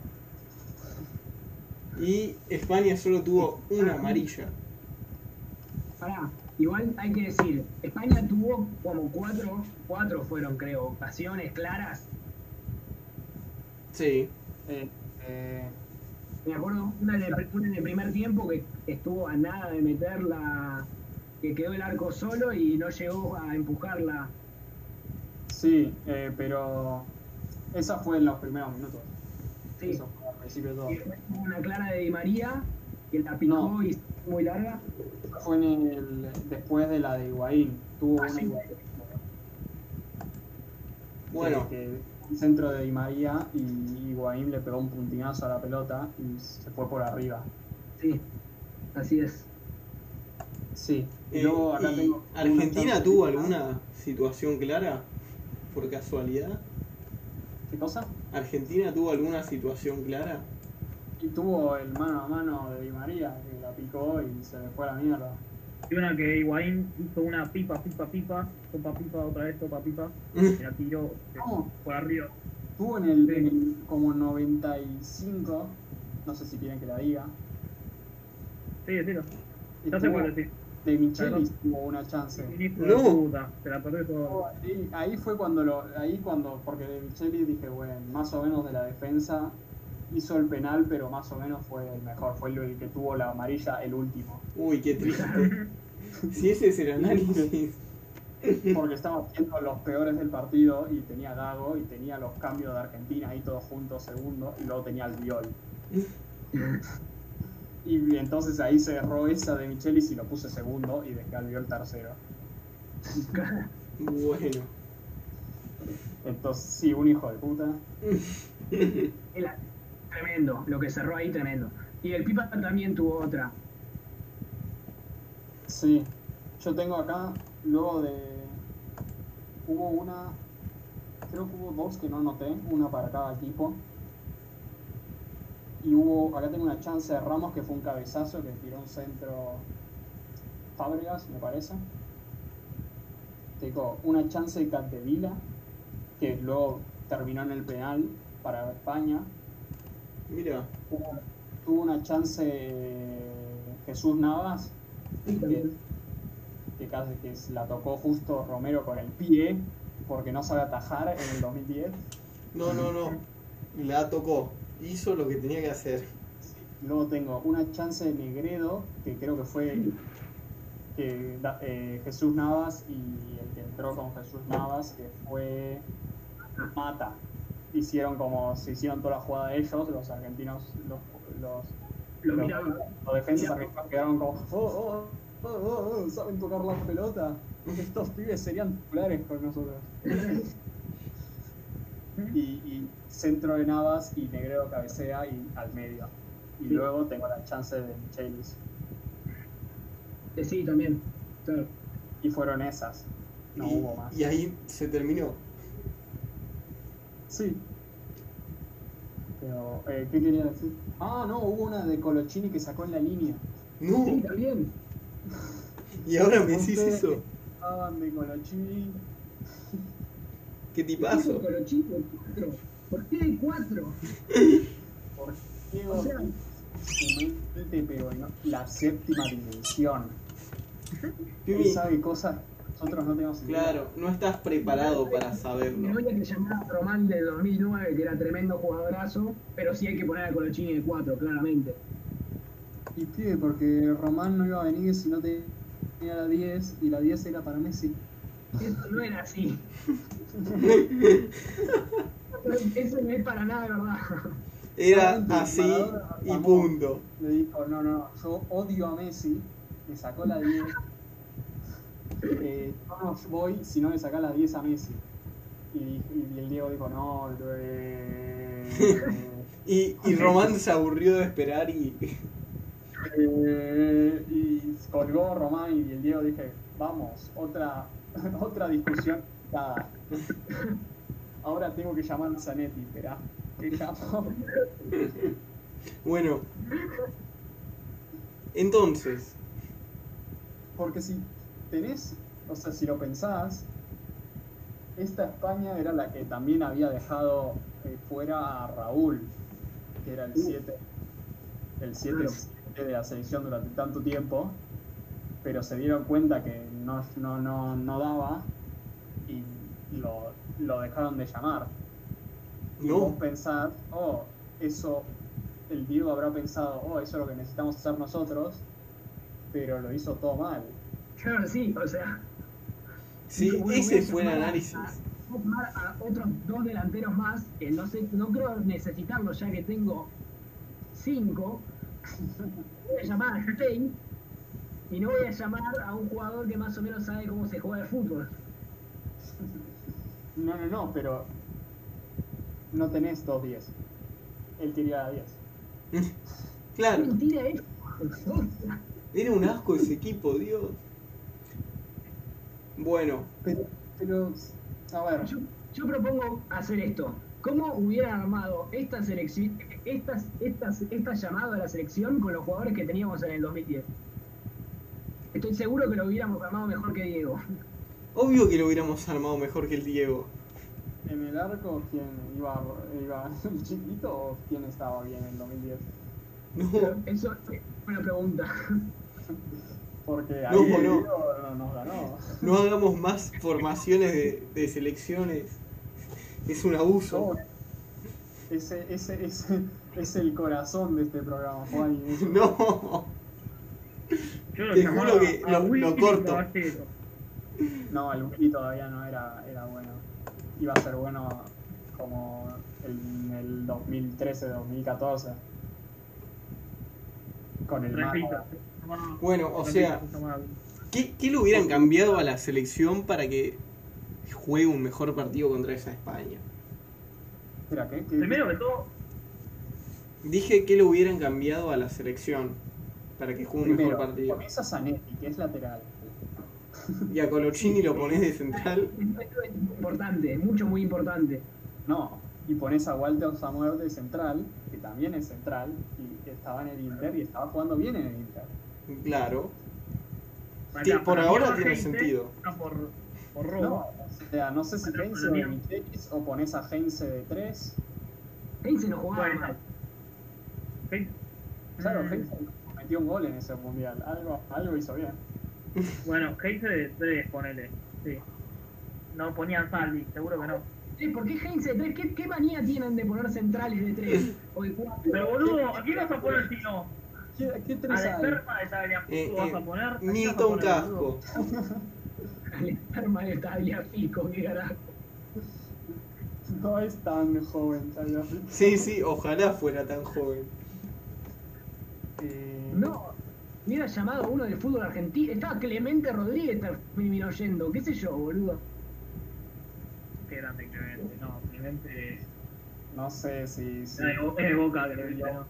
S12: y España solo tuvo una amarilla.
S9: Pará, igual hay que decir, España tuvo como cuatro, cuatro fueron creo, ocasiones claras.
S12: Sí.
S11: Eh, eh,
S9: Me acuerdo una en, el, una en el primer tiempo que estuvo a nada de meterla, que quedó el arco solo y no llegó a empujarla.
S11: Sí, eh, pero esa fue en los primeros minutos.
S9: Sí.
S11: Eso fue al principio de todo.
S9: Y después tuvo una clara de Di María, que la picó
S11: No.
S9: y estuvo muy larga.
S11: Esa Fue en el, después de la de Higuaín. Tuvo
S9: Ah,
S11: una
S9: sí.
S11: Higuaín.
S12: Bueno,
S11: Que, que centro de Di María y Higuaín le pegó un puntinazo a la pelota y se fue por arriba.
S9: Sí, así es.
S11: Sí. Y
S12: eh,
S11: luego acá
S12: y
S11: tengo. una
S12: ¿Argentina
S11: chance-
S12: tuvo alguna situación clara? ¿Por casualidad?
S11: ¿Qué cosa?
S12: ¿Argentina tuvo alguna situación
S11: [laughs]
S12: clara?
S11: Y tuvo el mano a mano de Di María que la picó y se le fue a la mierda.
S6: Y una que Higuaín hizo una pipa, pipa, pipa, sopa pipa, otra vez sopa pipa, y la tiró eh,
S11: No,
S6: por arriba.
S11: Tuvo en el, en el como 95, no sé si quieren que la diga.
S6: Sí, decilo.
S11: y
S6: No sé
S11: tuvo-
S6: cuál decir.
S11: De Michelis tuvo una chance.
S6: Ministro
S12: No.
S6: de puta, se la perdió
S9: Oh,
S6: todo.
S11: Ahí, ahí fue cuando lo, ahí cuando, porque de Michelis dije, bueno, más o menos de la defensa hizo el penal, pero más o menos fue el mejor, fue el, el que tuvo la amarilla, el último.
S12: Uy, qué
S11: [laughs]
S12: triste. Si ese es el análisis.
S11: Porque estaba siendo los peores del partido y tenía Dago y tenía los cambios de Argentina ahí todos juntos, segundo, y luego tenía el viol. Y entonces ahí se erró esa de Michelis y lo puse segundo y dejé al viol tercero.
S12: Bueno.
S11: Entonces, sí, un hijo de puta.
S9: El- tremendo, lo que cerró ahí, tremendo. Y el Pipa también tuvo otra.
S11: Sí, yo tengo acá, luego de... Hubo una, creo que hubo dos que no anoté, una para cada equipo. Y hubo, acá tengo una chance de Ramos que fue un cabezazo que tiró un centro Fábregas, me parece. Tengo una chance de Capdevila, que luego terminó en el penal para España.
S12: Mira,
S11: Hubo- Tuvo una chance eh, Jesús Navas, que, que casi que se la tocó justo Romero con el pie, porque no sabe atajar en el 2010.
S12: no, no, no. La tocó. hizo lo que tenía que hacer.
S11: Luego tengo una chance de Negredo, que creo que fue que, da- eh, Jesús Navas y el que entró con Jesús Navas, que fue Mata. Hicieron como, se hicieron toda la jugada de ellos, los argentinos, los, los,
S9: Lo
S11: los-
S9: miraban.
S11: los defensas argentinos quedaron como, oh, oh, oh, oh, oh, saben tocar la pelota. Estos pibes serían titulares con nosotros. y, y centro de Navas y Negredo cabecea y al medio. Y luego tengo la chance de Michelis.
S9: Sí, también. Claro.
S11: Y fueron esas. No
S12: y,
S11: hubo más.
S12: y ahí se terminó.
S11: Sí. Pero, eh, ¿qué quería decir? Ah, no, hubo una de Colochini que sacó en la línea.
S12: No.
S11: Sí, también.
S12: Y ahora me decís
S11: Ustedes
S12: eso.
S11: hablaban de Colochini.
S12: ¿Qué tipazo?
S9: Pero chicos, cuatro. ¿Por qué hay cuatro?
S11: Diego, realmente, pero en la séptima dimensión. Él
S12: Pibi.
S11: sabe cosas que nosotros no tenemos idea.
S12: Claro, no estás preparado para
S9: Me
S12: saberlo.
S9: voy a que llamaba Román del 2009, que era tremendo jugadorazo, pero sí hay que poner a Colochini de cuatro, claramente.
S11: Y pibe, porque Román no iba a venir si no tenía la 10 y la 10 era para Messi.
S9: Eso no era así. Eso no es para nada de verdad.
S12: Era
S11: Maradona
S12: así y
S11: amó.
S12: punto.
S11: Le dijo, no, no, yo odio a Messi, me sacó la 10. Eh, yo no voy si no me sacás la 10 a Messi. Y, y- y el Diego dijo, no, eh,
S12: Y, y Román se aburrió de esperar y.
S11: eh, y colgó Román y el Diego dije, vamos, otra, [laughs] otra discusión. nada. [laughs] Ahora tengo que llamar a Zanetti, esperá. ¿Qué llamo?
S12: Bueno. Entonces,
S11: Porque si tenés, o sea, si lo pensás, esta España era la que también había dejado eh, fuera a Raúl, que era el 7, el 7 de la selección durante tanto tiempo, pero se dieron cuenta que no, no, no, no daba y lo, lo dejaron de llamar. Y
S12: No.
S11: vos pensás, oh, eso, el Diego habrá pensado, oh, eso es lo que necesitamos hacer nosotros, pero lo hizo todo mal.
S9: Claro, sí, o sea.
S12: sí,
S9: Bueno, voy a
S12: ese fue el
S9: llamar a-
S12: análisis. [laughs]
S9: a- voy a llamar a otros dos delanteros más, que no, sé, no creo necesitarlos ya que tengo cinco. Voy a llamar a seis y no voy a llamar a un jugador que más o menos sabe cómo se juega el fútbol.
S11: No, no, no, pero no tenés dos 10. Él quería 10.
S12: Claro,
S9: Mentira, ¿eh?
S12: era un asco ese equipo, Dios. Bueno,
S11: Pero, pero, a ver,
S9: Yo, yo propongo hacer esto. ¿Cómo hubieran armado esta selección, estas, estas, esta llamada a la selección con los jugadores que teníamos en el 2010? Estoy seguro que lo hubiéramos armado mejor que Diego.
S12: obvio que lo hubiéramos armado mejor que el Diego.
S11: ¿en el arco quién iba, iba [laughs] el chiquito o quién estaba bien en el 2010?
S12: No,
S9: Eso es una pregunta.
S11: Porque
S12: No,
S11: ahí
S12: no.
S11: el Diego no nos ganó.
S12: no hagamos más formaciones de, de selecciones. Es un abuso.
S11: No, Ese, ese, ese [laughs] es el corazón de este programa, Juan. y eso.
S12: [laughs] No,
S6: Yo lo
S12: Te
S6: llamaba
S12: juro que
S6: a
S12: lo-
S6: Willy
S12: lo corto.
S6: Caballero.
S11: No, el Willy todavía no era, era bueno. Iba a ser bueno como en el 2013-2014. Con el
S6: Repito.
S11: Málaga.
S6: Llamaba-
S12: Bueno, o
S6: repito,
S12: sea,
S6: llamaba-
S12: ¿qué, qué le hubieran cambiado a la selección para que juegue un mejor partido contra esa España?
S11: Espera, ¿qué? ¿Qué?
S6: Primero que todo,
S12: Dije que le hubieran cambiado a la selección para que juegue un mejor
S11: Primero,
S12: partido.
S11: pones a Zanetti, que es lateral.
S12: Y a Colochini lo pones de central.
S9: Esto es importante, mucho, muy importante.
S11: No. Y pones a Walter Samuel de central, que también es central, y estaba en el Inter y estaba jugando bien en el Inter.
S12: Claro.
S6: para-
S12: Sí, por
S6: para mí
S12: ahora
S6: no
S12: tiene
S6: gente,
S12: sentido.
S6: no por, por robo.
S11: No, o sea, no sé si
S6: Pero
S11: Heinze
S6: para
S11: de
S6: mí-
S11: Michelis o pones a Heinze de 3.
S9: Heinze no jugaba
S6: Bueno.
S9: mal.
S6: Gente-
S11: Claro,
S6: Mm.
S11: Heinze metió un gol en ese mundial. Algo, algo hizo bien.
S6: Bueno, Heise de 3, ponele. Sí. No ponía a Salvi, seguro que no.
S9: Eh, ¿Por qué Heinz de 3? ¿Qué, ¿Qué manía tienen de poner centrales de 3 o de 4?
S6: Pero boludo, ¿a quién vas a poner si no?
S11: ¿Qué, qué
S6: A
S11: tres
S6: la
S11: hay?
S6: esperma de Tagliafico
S12: Eh,
S6: vas
S12: eh,
S6: a poner. ¿A quién
S12: Milton
S6: vas a poner, boludo?
S12: Casco.
S9: Al arma de Tagliafico, qué carajo.
S11: No es tan joven, Tagliafico.
S12: Sí, sí, ojalá fuera tan joven.
S11: Eh,
S9: No, hubiera llamado a uno del fútbol argentino. Estaba Clemente Rodríguez también oyendo, qué sé yo, boludo.
S6: Qué grande Clemente, no, Clemente.
S11: No sé si. si
S6: Era de Bo- era de Boca, Clemente, ¿no?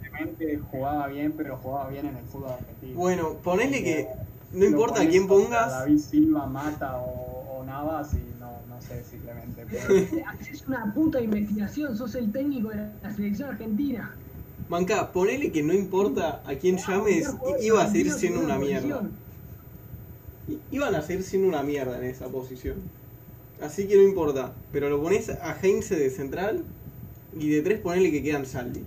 S11: Clemente jugaba bien, pero jugaba bien en el fútbol argentino.
S12: Bueno, ponele que no
S11: Lo
S12: importa
S11: pones
S12: quién
S11: contra
S12: pongas,
S11: David Silva, Mata o, o Navas y no, no sé si
S12: [laughs]
S11: Clemente puede.
S9: Haces una puta investigación, sos el técnico de la selección argentina.
S12: manca, ponele que no importa a quién llames, i- iba a seguir siendo una mierda. I- Iban a seguir siendo una mierda en esa posición. Así que no importa, pero lo pones a Heinze de central y de tres ponele que quedan Saldi.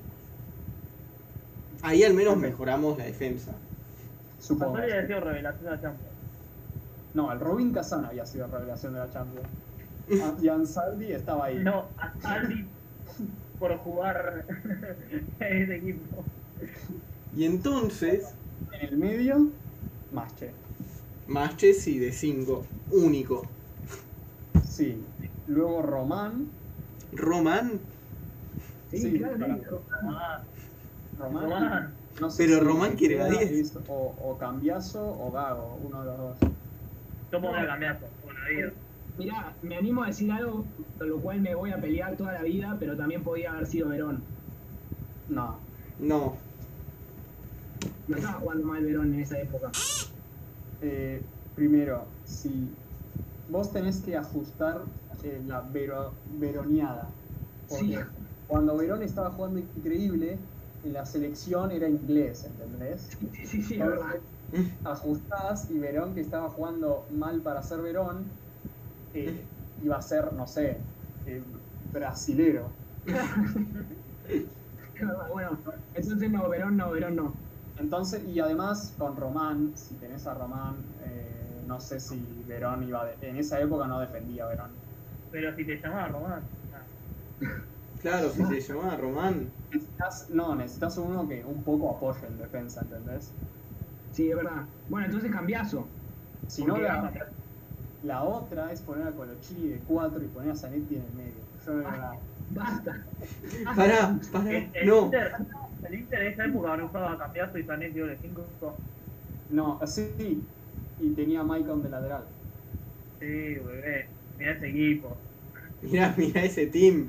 S12: Ahí al menos mejoramos la defensa.
S11: Supongo.
S6: Pastori había sido revelación a Champions.
S11: No, el Robin Kazan había sido revelación de la
S12: [laughs]
S11: Champions. Ah, Y Ansaldi estaba ahí.
S6: No, a Saldi por jugar [laughs] en ese equipo.
S12: Y entonces,
S11: En el medio, Masche.
S12: más Chessy de 5, único.
S11: Sí. Luego Román.
S12: Román,
S9: Sí,
S11: Sí,
S9: claro,
S11: para-
S9: dijo.
S6: Ah,
S11: Román.
S6: Román.
S11: No sé
S12: Pero
S11: si-
S12: Román quiere la 10.
S11: O, o Cambiazo o Gago, uno de los dos.
S6: ¿Cómo voy a cambiar? Por la vida.
S9: Mirá, me animo a decir algo con lo cual me voy a pelear toda la vida, pero también podía haber sido Verón.
S11: No.
S12: no. [laughs]
S9: No estaba jugando mal Verón en esa época.
S11: Eh, primero, si vos tenés que ajustar eh, la vero- veroneada. Porque
S9: Sí.
S11: cuando Verón estaba jugando increíble, en la selección era inglés, ¿entendés?
S9: Sí, sí, sí, es verdad.
S11: ajustás y Verón, que estaba jugando mal para ser Verón, eh, iba a ser, no sé, eh, brasilero.
S9: Es verdad. Bueno, entonces no, Verón no, Verón no.
S11: Entonces, y además con Román, si tenés a Román, eh, no sé si Verón iba a de- en esa época no defendía a Verón.
S6: Pero si te llamaba Román. ah,
S12: Claro, si se llamaba Román.
S11: Necesitas, no, necesitas uno que un poco apoye en defensa, ¿entendés?
S9: Sí, es verdad. Bueno, entonces cambiazo.
S11: Si no,
S6: porque
S11: la,
S6: Gama-
S11: la otra es poner a Colochini de 4 y poner a Zanetti en el medio. Yo de verdad,
S9: Basta.
S12: Pará, pará,
S6: El, Eh, el
S12: no.
S6: Inter, el Inter en esa época no usaba cambiazo y Zanetti de 5.
S11: No, sí, y tenía a Maicon de lateral.
S6: Sí, bebé. Mirá ese equipo.
S12: Mirá, mirá ese team.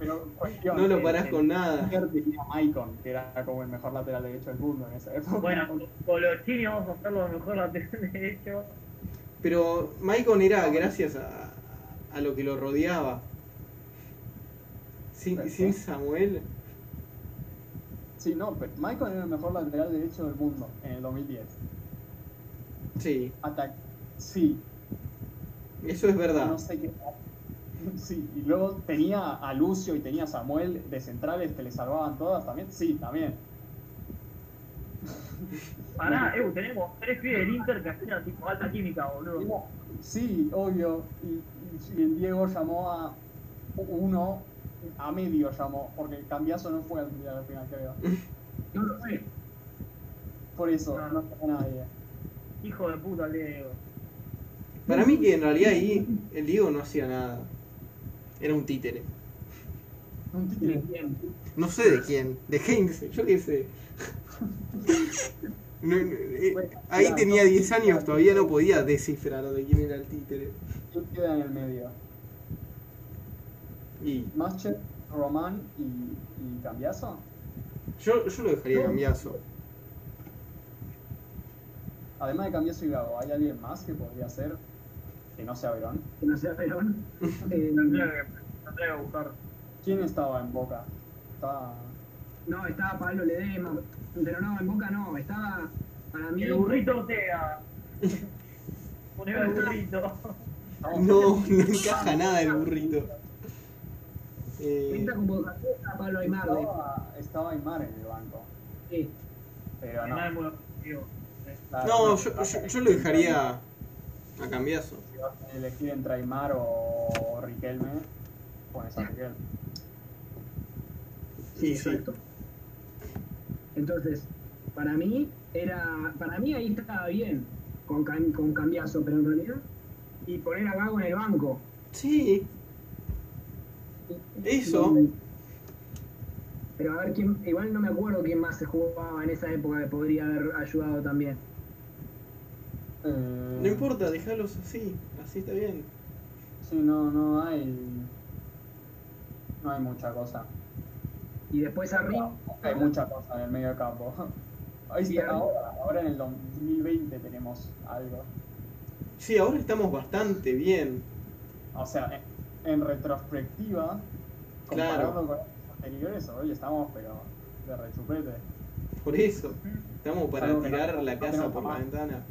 S11: Pero cuestión,
S12: No lo
S11: que
S12: parás
S11: el
S12: con nada.
S11: Inter tenía a Maicon, que era como el mejor lateral derecho del mundo en esa época.
S6: Bueno, con los chinos vamos a hacer lo mejor [laughs] lateral derecho.
S12: Pero Maicon era gracias a, a lo que lo rodeaba. Sin, sin Samuel.
S11: Sí, no, pero Maicon era el mejor lateral derecho del mundo en el 2010.
S12: Sí,
S11: Hasta, sí,
S12: eso es verdad.
S11: no sé qué. [laughs] Sí, y luego tenía a Lucio y tenía a Samuel de centrales que le salvaban todas también. Sí, también.
S6: Pará, Evo, tenemos tres pibes del Inter que hacían tipo alta química, boludo.
S11: Sí, obvio. Y, y- y el Diego llamó a uno, a medio llamó, porque el cambiazo no fue al mundial al final, creo.
S9: No lo sé.
S11: Por eso,
S6: Ah.
S11: no fue nadie.
S6: Hijo de puta, Diego.
S12: Para mí que en realidad ahí el Diego no hacía nada. Era un títere.
S9: Bien.
S12: No sé de quién. De Heinz, yo qué
S11: [laughs]
S12: sé. No, no, eh, ahí tenía 10 años, todavía no
S11: [laughs]
S12: podía descifrar de quién era el títere.
S11: ¿Quién queda en el medio?
S12: Y
S11: Mascher, Román y, y Cambiazo.
S12: yo, yo lo dejaría cambiazo.
S11: Además de Cambiazo y Gago, ¿hay alguien más que podría ser que no sea Verón?
S9: Que no sea Verón. Eh,
S6: [laughs] Tendría que, tendría que buscar.
S11: ¿Quién estaba en Boca? Estaba...
S9: no, estaba Pablo Ledema. Pero no, en Boca no. Estaba para mí.
S6: El burrito
S9: [laughs]
S6: Ortega. Poneme el burrito.
S12: No, no encaja nada el burrito. Eh,
S9: Esta convocatoria está Pablo Aymar. eh, de-
S11: Estaba, estaba Aymar en el banco.
S9: Sí.
S11: Pero no.
S6: Nada de muy objetivo.
S11: claro,
S12: no, yo, yo- yo lo dejaría A cambiazo.
S11: Si vas a elegir entre Aymar o Riquelme, pones a Riquelme.
S12: Eh,
S9: Sí, exacto. Entonces, para mí era. Para mí ahí estaba bien con, Cam- con cambiazo, pero en realidad. Y poner a Gago en el banco.
S12: Sí. Eso.
S9: Pero a ver quién. Igual no me acuerdo quién más se jugaba en esa época que podría haber ayudado también.
S11: Eh,
S12: No importa, dejalos así. Así está bien.
S11: Sí, no, no hay. No hay mucha cosa.
S9: Y después arriba.
S11: Hay mucha cosa en el medio campo. Ahí
S9: Sí,
S11: está,
S9: arriba.
S11: ahora, ahora en el 2020 tenemos algo.
S12: Sí, ahora estamos bastante bien.
S11: O sea, en, en retrospectiva,
S12: Claro.
S11: comparando con los anteriores, hoy estamos pero de rechupete.
S12: Por eso. Estamos para
S11: Salvo que no-
S12: tirar la
S11: no
S12: casa
S11: tenemos
S12: por la
S11: papá.
S12: ventana.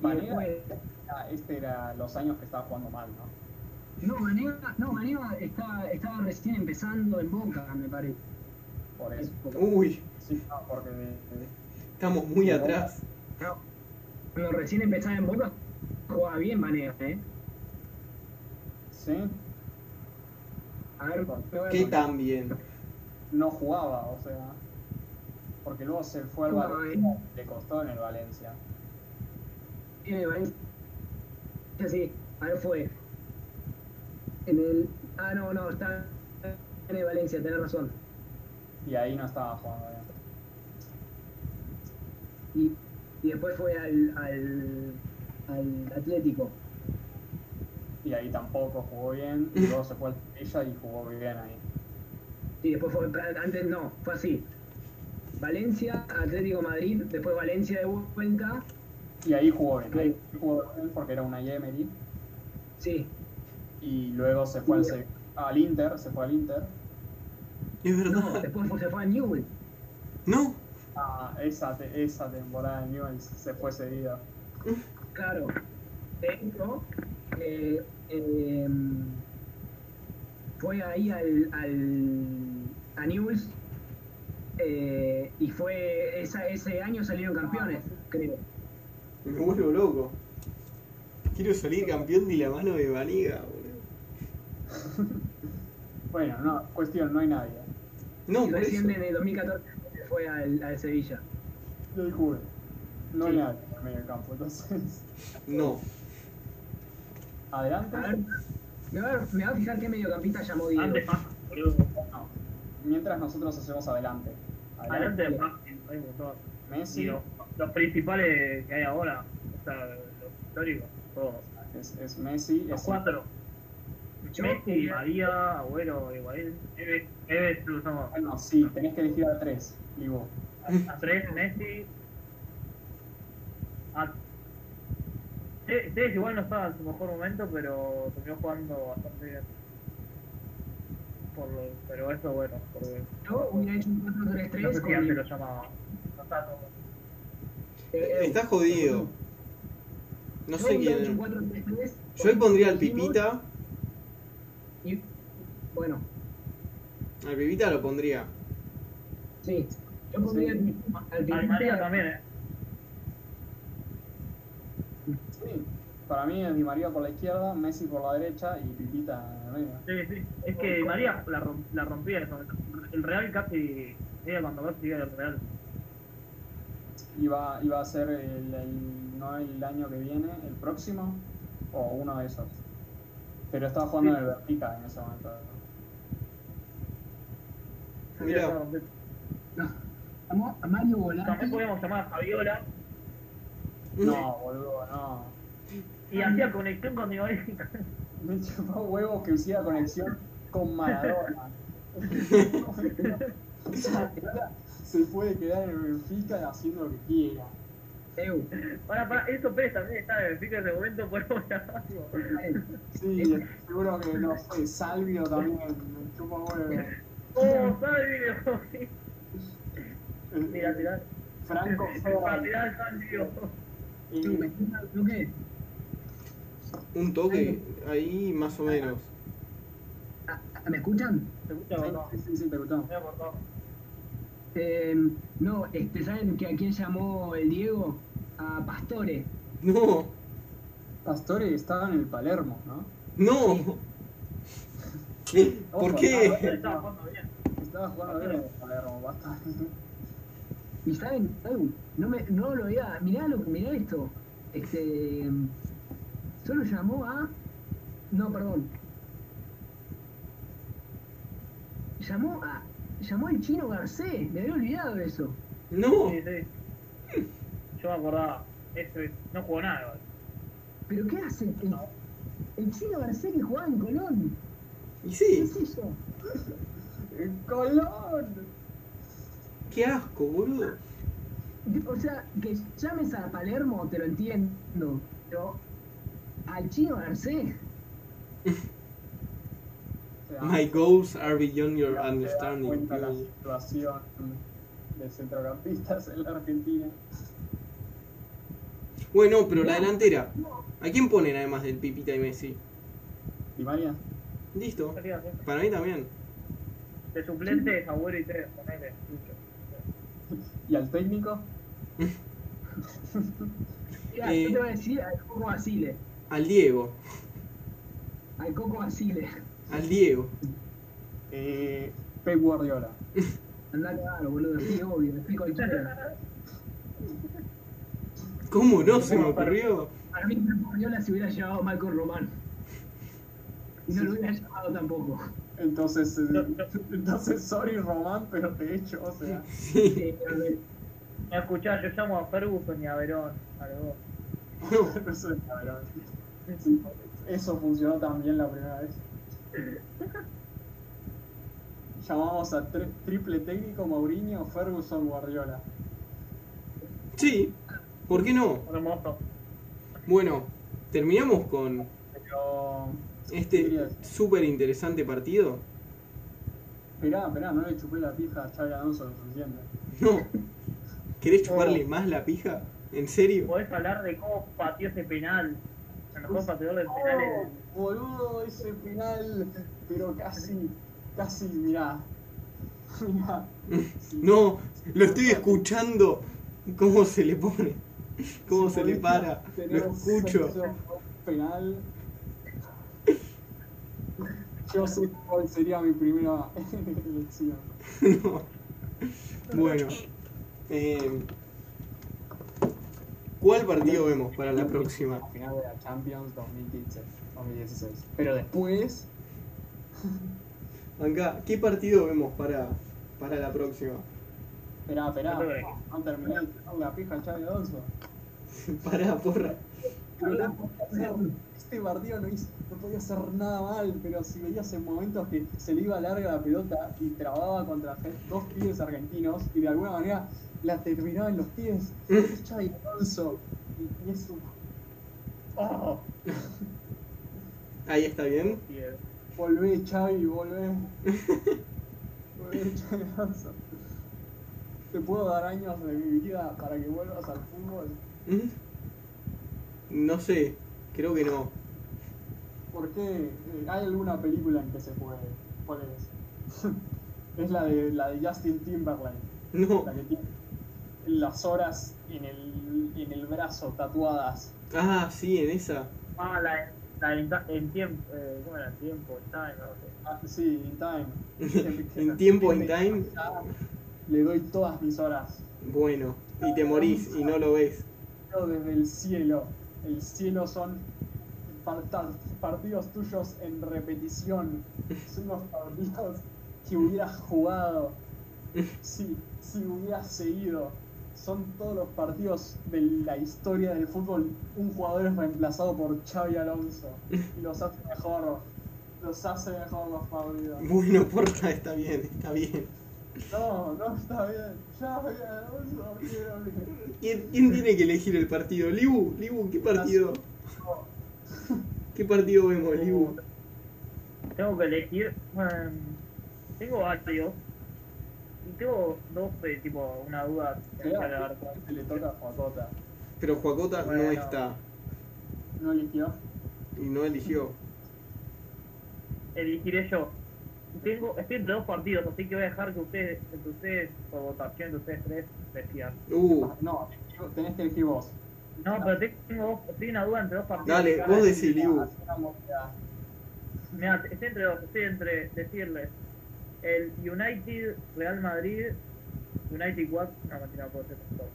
S11: Vanega, ah, este era los años que estaba jugando mal, ¿no?
S9: No, Manega, no, Manega está, estaba recién empezando en Boca, me parece.
S11: Por eso.
S12: Uy,
S11: Sí, no, porque de- de-
S12: estamos muy
S11: Sí,
S12: atrás.
S9: No. Cuando recién empezaba en Boca, jugaba bien Manega, ¿eh?
S11: sí,
S9: A ver, me voy a
S12: ¿Qué tan bien?
S11: no jugaba, o sea. Porque luego se fue al
S9: No,
S11: Valencia, le costó en el Valencia.
S9: en el Valencia. Sí, a ver, fue. En el. Ah, no, no, está en el Valencia, tenés razón.
S11: Y ahí no estaba jugando bien.
S9: Y, y después fue al, al, al Atlético.
S11: Y ahí tampoco jugó bien. Y luego se fue al Sevilla y jugó bien ahí.
S9: Y después fue. Antes no, fue así. Valencia, Atlético Madrid, después Valencia de vuelta.
S11: Y ahí jugó bien. Ahí jugó bien porque era una Yemery.
S9: Sí,
S11: Y luego se fue al, Se- al Inter, se fue al Inter.
S12: Es
S9: no,
S12: verdad.
S9: después fue- se fue a Newell.
S12: No.
S11: Ah, esa, te- esa temporada de Newell's se fue cedida.
S9: Claro. De hecho, eh, eh, fue ahí al, al a Newell's eh, y fue esa, ese año salieron
S6: Ah,
S9: campeones, creo.
S12: Me vuelvo loco. Quiero salir campeón de la mano de Vaniga, boludo.
S11: Bueno, no, cuestión, no hay nadie.
S12: No,
S9: y
S12: por
S9: recién
S12: eso.
S9: desde 2014 se fue al, al Sevilla.
S11: No hay juego. No hay
S9: Sí.
S11: nadie en el medio campo, entonces. [laughs]
S12: No.
S11: Adelante.
S9: A ver, me va a, me va a fijar qué mediocampista llamó Diego.
S6: Antes pasa, boludo.
S11: No. Mientras nosotros hacemos adelante.
S6: Adelante pasa, hay un montón.
S11: Messi.
S6: Y los, los principales que hay ahora, o sea, los históricos, todos.
S11: Es, es Messi.
S6: Los
S11: Es
S6: cuatro.
S9: Yo
S6: Messi,
S9: diría-
S6: María, Agüero, Higuaín, Eves, Eves, lo usamos.
S11: Bueno, sí, tenés que elegir a tres. Digo,
S6: A, a tres, Messi. A... Te- Tevez igual no estaba en su mejor momento, pero terminó jugando bastante bien. Por lo, pero eso, bueno, porque
S9: Yo hubiera hecho un
S6: no sé
S9: 4-3-3
S6: si antes lo
S9: con...
S6: llamaba. No estaba como-
S9: eh,
S12: Está jodido. No
S9: yo
S12: sé
S9: hubiera hecho un
S12: quién.
S9: 4-3-3
S12: Yo ahí pondría al
S9: con Diego
S12: Pipita.
S9: y- Bueno,
S12: Al Pipita lo pondría.
S9: Sí, yo pondría
S11: Sí.
S9: al,
S6: Al
S9: al
S6: Ah, María también, ¿eh?
S11: sí. Para mí es Di María por la izquierda, Messi por la derecha y Pipita en el medio.
S6: Sí, sí. Es que Di María la, rom- la rompía en ese momento. El Real casi era cuando Messi iba al Real.
S11: Iba, iba a ser el, el- no el año que viene, el próximo, o uno de esos. Pero estaba jugando en el Benfica en ese momento.
S12: Mira,
S9: Llamó a Mario
S6: También
S9: Volante.
S6: podíamos llamar a Fabiola [laughs]
S11: No, boludo, no.
S6: y hacía conexión con Higuaín.
S11: Me chupó huevo que hiciera conexión con
S6: [laughs]
S11: Maradona. o sea, ahora se puede quedar en el Benfica haciendo lo que quiera.
S9: Eu,
S6: Ahora, para, eso Pérez también está en el pico en ese momento, podemos [laughs] llamarlo.
S11: Sí, seguro que no sé, Salvio también me chupa huevo.
S6: ¡Oh, Salvio! Mira, tirá.
S11: Eh, Franco
S6: Para
S11: Ferro.
S6: tirar Salvio.
S9: eu, ¿me
S11: Y
S9: escuchas al bloque?
S12: un toque ahí más o menos.
S9: ¿A- a- ¿Ah, ¿Me escuchan?
S6: ¿Te gusta o no?
S11: Sí, sí, sí, te gustó.
S6: Me ha cortado.
S9: Eh, no, este, ¿saben que a quién llamó el Diego? a Pastore.
S12: No.
S11: Pastore estaba en el Palermo, ¿no?
S12: No. [laughs] ¿Por
S11: Ojo,
S12: qué?
S11: Estaba jugando bien. Estaba jugando bien en el Palermo, basta.
S9: Y saben, Ew, no, me, no lo veía. Mirá, lo, mirá esto. Este. Solo llamó a. No, perdón. Llamó a. Llamó al chino Garcés. Me había olvidado de eso.
S12: No.
S6: Sí, sí. Yo me acordaba. Eso es, no jugó nada. igual.
S9: ¿Pero qué hace? El, el chino Garcés que jugaba en Colón.
S12: Y sí,
S9: ¿Qué es eso?
S11: ¡En Colón!
S12: qué asco, boludo.
S9: O sea, que llames a Palermo, te lo entiendo. Pero. Al chino Garcés.
S11: Se da-
S12: My goals are beyond your
S11: se da
S12: understanding.
S11: cuenta la
S12: boludo.
S11: situación de centrocampistas en la Argentina.
S12: Bueno, pero la delantera. ¿A quién ponen además del Pipita y Messi?
S11: ¿Y María?
S12: Listo. Para mí también.
S6: De suplente es Agüero y tres, ponele. Lucho.
S11: ¿Y al técnico?
S9: Mirá,
S12: Eh.
S9: yo te voy a decir al Coco Basile.
S12: Al Diego.
S9: Al Coco Basile.
S12: Al Diego.
S11: Eh, Pep Guardiola.
S9: Andá a cagar, boludo. Sí, obvio. Es cualquiera.
S12: ¿Cómo no se me ocurrió?
S9: Para mí, Guardiola se hubiera llevado mal con Román. Y no lo hubiera llamado tampoco.
S11: Entonces, eh, [laughs] entonces sorry Román, pero te echo, o sea.
S9: [laughs] Eh,
S12: Sí.
S6: No escuchás, yo llamo a Ferguson y a Verón, a los dos.
S11: Eso, es cabrón. Eso funcionó también la primera vez. Llamamos a tri- triple técnico Mourinho, Ferguson, Guardiola.
S12: Sí. ¿Por qué no?
S6: Hermoso.
S12: Bueno, terminamos con
S11: Pero.
S12: este súper interesante partido.
S11: Esperá, esperá, no le chupé la pija a Xavi Alonso lo suficiente.
S12: No. ¿Querés chuparle más la pija? ¿En serio?
S6: Podés hablar de cómo pateó ese penal. El mejor pateador de penales.
S11: Oh, boludo, ese final, pero casi, casi, mirá. [laughs] Mirá.
S12: No, lo estoy escuchando. ¿Cómo se le pone? ¿Cómo se le
S11: Boludo,
S12: para? Lo
S11: tenemos
S12: escucho.
S11: sexo Penal. Yo sé cuál sería mi primera elección.
S12: No. Bueno. eh, ¿Cuál partido vemos para la próxima?
S11: La final de la Champions 2015, 2016. Pero después,
S12: Acá, ¿qué partido vemos para, para la próxima? [laughs]
S11: esperá, esperá,
S6: Yo creo
S11: no terminé de tirar la pija a Xavi Alonso.
S12: Para, porra.
S11: Pero no podía hacer- Este partido no, hizo- no podía hacer nada mal, pero si veías en momentos que se le iba larga la pelota y trababa contra fe- dos pibes argentinos y de alguna manera la terminaba en los pies, es Xavi Alonso. Y, y es un... ¡Oh!
S12: Ahí está bien.
S6: Y, eh,
S11: Volvé, Xavi, volvé. volvé, Xavi Alonso. Te puedo dar años de mi vida para que vuelvas al fútbol.
S12: ¿Mm? No sé, creo que no.
S11: ¿Por qué? Eh, ¿Hay alguna película en que se puede? ¿Cuál es? [laughs] es la de, la de Justin Timberlake,
S12: No.
S11: la que tiene las horas en el, en el brazo tatuadas.
S12: Ah, sí, en esa.
S6: Ah, la, la en, ta- en tiempo. Eh, ¿Cómo era? Tiempo, time, no sé.
S11: Ah, sí,
S12: [laughs]
S11: in time.
S12: En tiempo, in time.
S11: Ah, Le doy todas mis horas.
S12: Bueno, y te morís y no lo ves.
S11: Yo desde el cielo. El cielo son parta- partidos tuyos en repetición. Son los partidos que hubieras jugado. Si, si hubieras seguido. Son todos los partidos de la historia del fútbol. Un jugador es reemplazado por Xavi Alonso. Y los hace mejor. Los hace mejor los partidos.
S12: Bueno, [laughs] porra, está bien, está bien.
S11: No, no está bien. Xavi Alonso, quiero que-
S12: ¿Quién, quién tiene que elegir el partido? ¿Libu? ¿Libu? ¿Qué
S11: [laughs]
S12: partido? ¿Qué partido vemos,
S11: Uh.
S12: Libu?
S6: Tengo que elegir. em, tengo varios. Y tengo dos, eh, tipo, una duda. que me sale a ver.
S11: Se le toca a Juacota.
S12: Pero Juacota no
S6: Bueno.
S12: está
S11: No eligió.
S12: y no eligió.
S6: Elegiré yo. Tengo, estoy entre dos partidos, así que voy a dejar que ustedes, que ustedes por votación de ustedes tres, decían.
S12: Uh,
S11: No, tenés que elegir vos.
S6: No,
S9: Ah.
S6: pero tengo, tengo una duda entre dos partidos.
S12: Dale, vos decís, Liu.
S6: Mira, estoy entre dos, estoy entre decirles el United Real Madrid, United 4, no, mentira, puedo ser tampoco.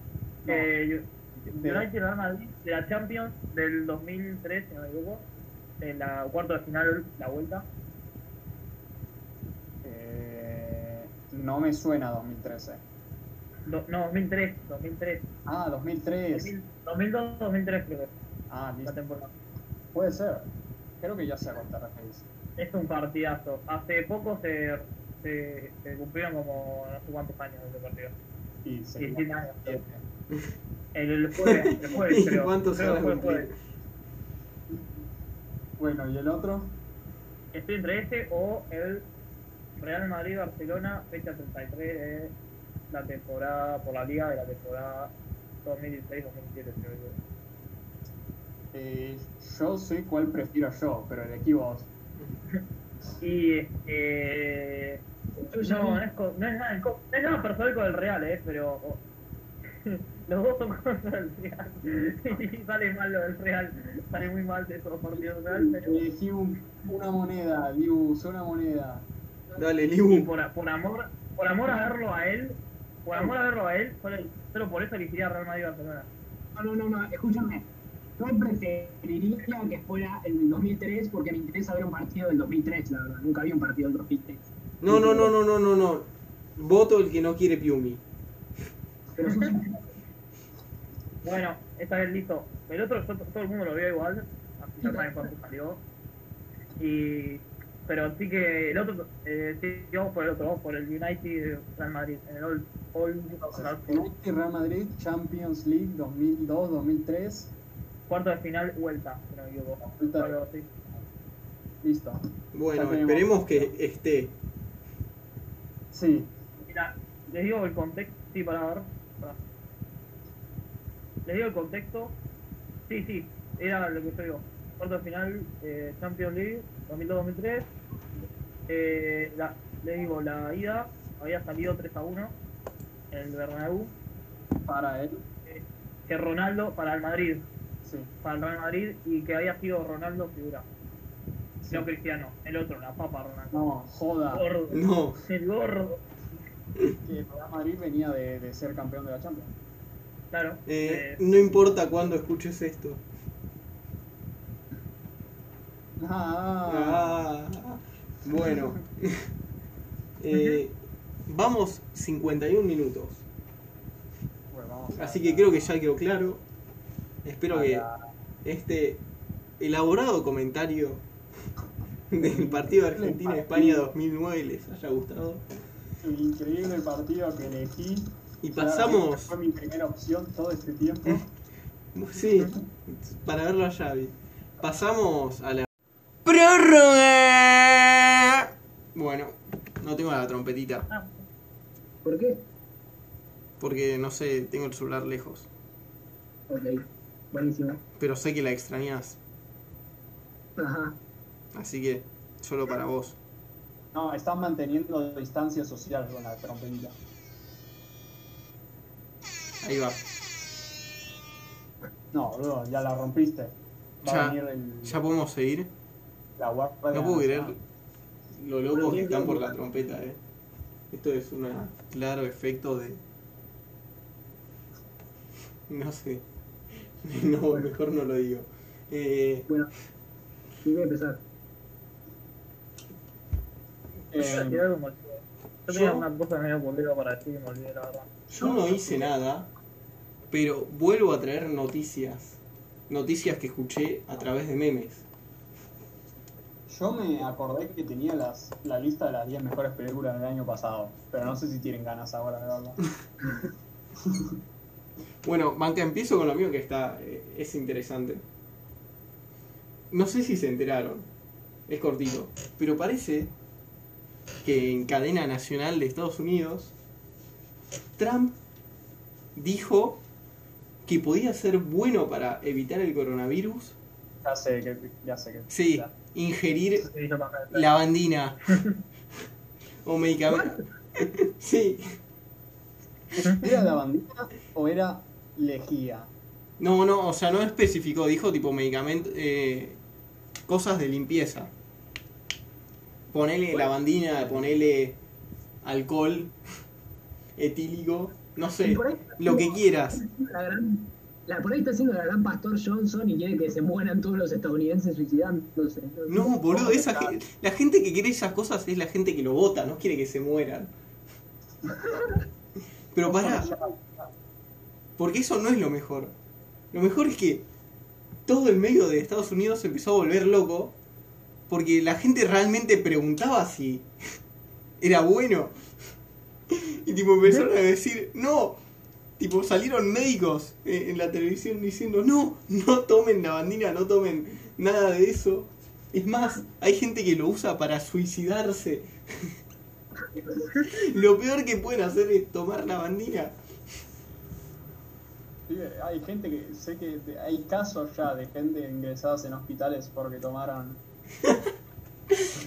S11: No.
S6: Eh,
S11: De-
S6: United Real Madrid de la Champions del 2003, si no me equivoco, en la cuarto de final, la vuelta.
S11: Eh, no me suena 2013.
S6: Do- no, 2003, 2003.
S11: Ah, 2003.
S6: 2002, 2003 creo. que
S11: Ah,
S6: fue La temporada.
S11: Puede ser. Creo que ya sé a cuál te referís.
S6: Es un partidazo. Hace poco se, se, se cumplieron como no sé cuántos años de ese partido.
S11: Y
S6: 17 años. creo. El, el jueves, el jueves
S12: ¿Y [laughs]
S6: creo.
S12: cuántos
S6: Creo
S12: se
S6: que fue
S12: van a
S6: el jueves.
S11: Bueno, ¿y el otro?
S6: Estoy entre ese o el Real Madrid-Barcelona, fecha 33 de la temporada, por la liga de la temporada 2016-2017 creo yo.
S11: Eh, yo sé cuál prefiero yo, pero elegí vos.
S6: Y eh, no, no es, co- no es nada, en co- no es nada personal con el Real, eh, pero [laughs] o- los dos son contra el Real. [laughs] y sale mal lo del Real, sale muy mal de esos partidos Real, pero
S11: Elegí un- una moneda, Liu, usó una moneda.
S12: Dale,
S6: y
S12: Liu.
S6: por, a- por amor, por amor a verlo a él, por amor a verlo a él, solo, solo por eso elegiría Real Madrid Barcelona.
S9: No, no, no, no, escúchame. Yo preferiría que fuera el del 2003 porque me interesa ver un partido del 2003, la verdad. Nunca vi un partido del 2003.
S12: No, no, no, no, no, no, no. Voto el que no quiere Piumi.
S9: Pero sos un-
S6: Bueno, esta vez listo. El otro yo- todo el mundo lo vio igual, así ya saben cuánto salió. Y pero sí que el otro, eh, sí, vamos por el otro, vamos por el United Real Madrid, en el Old Old Trafford,
S11: United Real Madrid, Champions League 2002-2003.
S6: cuarto de final vuelta, si no me equivoco. Algo así.
S11: Listo.
S12: Bueno,
S11: Ya tenemos.
S12: esperemos que esté.
S11: Sí,
S6: Mira, les digo el contexto, sí, para ver. pará. Les digo el contexto. Sí, sí, era lo que yo digo. Cuarto de final, eh, Champions League, 2002-2003. Eh, la- les digo, la ida había salido 3 a 1 en el Bernabéu.
S11: para él.
S6: Que Ronaldo para el Madrid,
S11: Sí.
S6: para el Real Madrid, y que había sido Ronaldo figura.
S11: Sí. Ah.
S6: No Cristiano, el otro, la papa Ronaldo.
S11: No, joda.
S6: Gordo.
S12: No.
S6: El gordo,
S11: Que el Real Madrid venía de, de ser campeón de la Champions.
S6: claro.
S12: Eh,
S6: eh,
S12: no importa cuándo escuches esto.
S11: Ah,
S12: Ah,
S11: [laughs]
S12: bueno. Eh, vamos 51 minutos.
S11: bueno, vamos a-
S12: Así que creo que ya quedó claro. Espero
S11: a
S12: que
S11: la-
S12: este elaborado comentario [laughs] del
S11: [laughs]
S12: partido Argentina-España 2009 les haya gustado.
S11: el increíble partido que elegí.
S12: Y
S11: Claramente
S12: pasamos,
S11: Fue mi primera opción todo este tiempo.
S12: sí, para verlo a Xavi. Pasamos a la prórroga. Bueno, no tengo la trompetita.
S9: ¿Por qué?
S12: Porque no sé, tengo el celular lejos.
S9: Ok, buenísimo.
S12: Pero sé que la extrañas.
S9: Ajá.
S12: Así que, solo para vos.
S11: No, están manteniendo distancia social con la trompetita.
S12: Ahí va.
S11: No, boludo, ya la rompiste. Va a
S12: Ya,
S11: venir el,
S12: ya podemos seguir.
S11: la guardia.
S12: No puedo creer lo locos que
S9: Bueno,
S12: están
S9: bien,
S12: por
S9: bien.
S12: la trompeta, eh. Esto es un claro efecto de. [laughs] No sé. [laughs] No, mejor no lo digo. Eh,
S9: Bueno, y voy a empezar.
S11: Eh,
S6: Yo algo me olvidé. Yo tenía una cosa medio aburrida para decir y me olvidé la verdad.
S12: yo no hice nada, pero vuelvo a traer noticias. Noticias que escuché a través de memes.
S11: Yo me acordé que tenía las, la lista de las 10 mejores películas del año pasado, pero no sé si tienen ganas ahora de verla.
S12: Bueno, Banca, empiezo con lo mío que está. eh, es interesante. No sé si se enteraron. Es cortito. Pero parece que en cadena nacional de Estados Unidos, Trump dijo que podía ser bueno para evitar el coronavirus.
S11: Ya sé que. Ya sé que.
S12: Sí,
S11: ya.
S12: ingerir
S6: Sí, yo también.
S12: lavandina. o medicamento. sí,
S11: ¿Era la bandita o era lejía?
S12: No, no, o sea, no especificó, dijo tipo medicamento, eh, cosas de limpieza. Ponele lavandina, ponele alcohol, etílico, no sé, Eh, lo que quieras.
S9: La gran, la, por ahí está haciendo la gran Pastor Johnson y quiere que se mueran todos los estadounidenses suicidándose.
S12: No, boludo, esa gen- la gente que quiere esas cosas es la gente que lo vota, no quiere que se mueran. Pero pará, porque eso no es lo mejor. Lo mejor es que todo el medio de Estados Unidos se empezó a volver loco porque la gente realmente preguntaba si [laughs] era bueno. Y tipo empezaron a decir, no. Tipo salieron médicos eh, en la televisión diciendo, no, no tomen lavandina, no tomen nada de eso. Es más, hay gente que lo usa para suicidarse. [laughs] lo peor que pueden hacer es tomar lavandina.
S11: Sí, hay gente que, sé que de- hay casos ya de gente ingresadas en hospitales porque tomaron.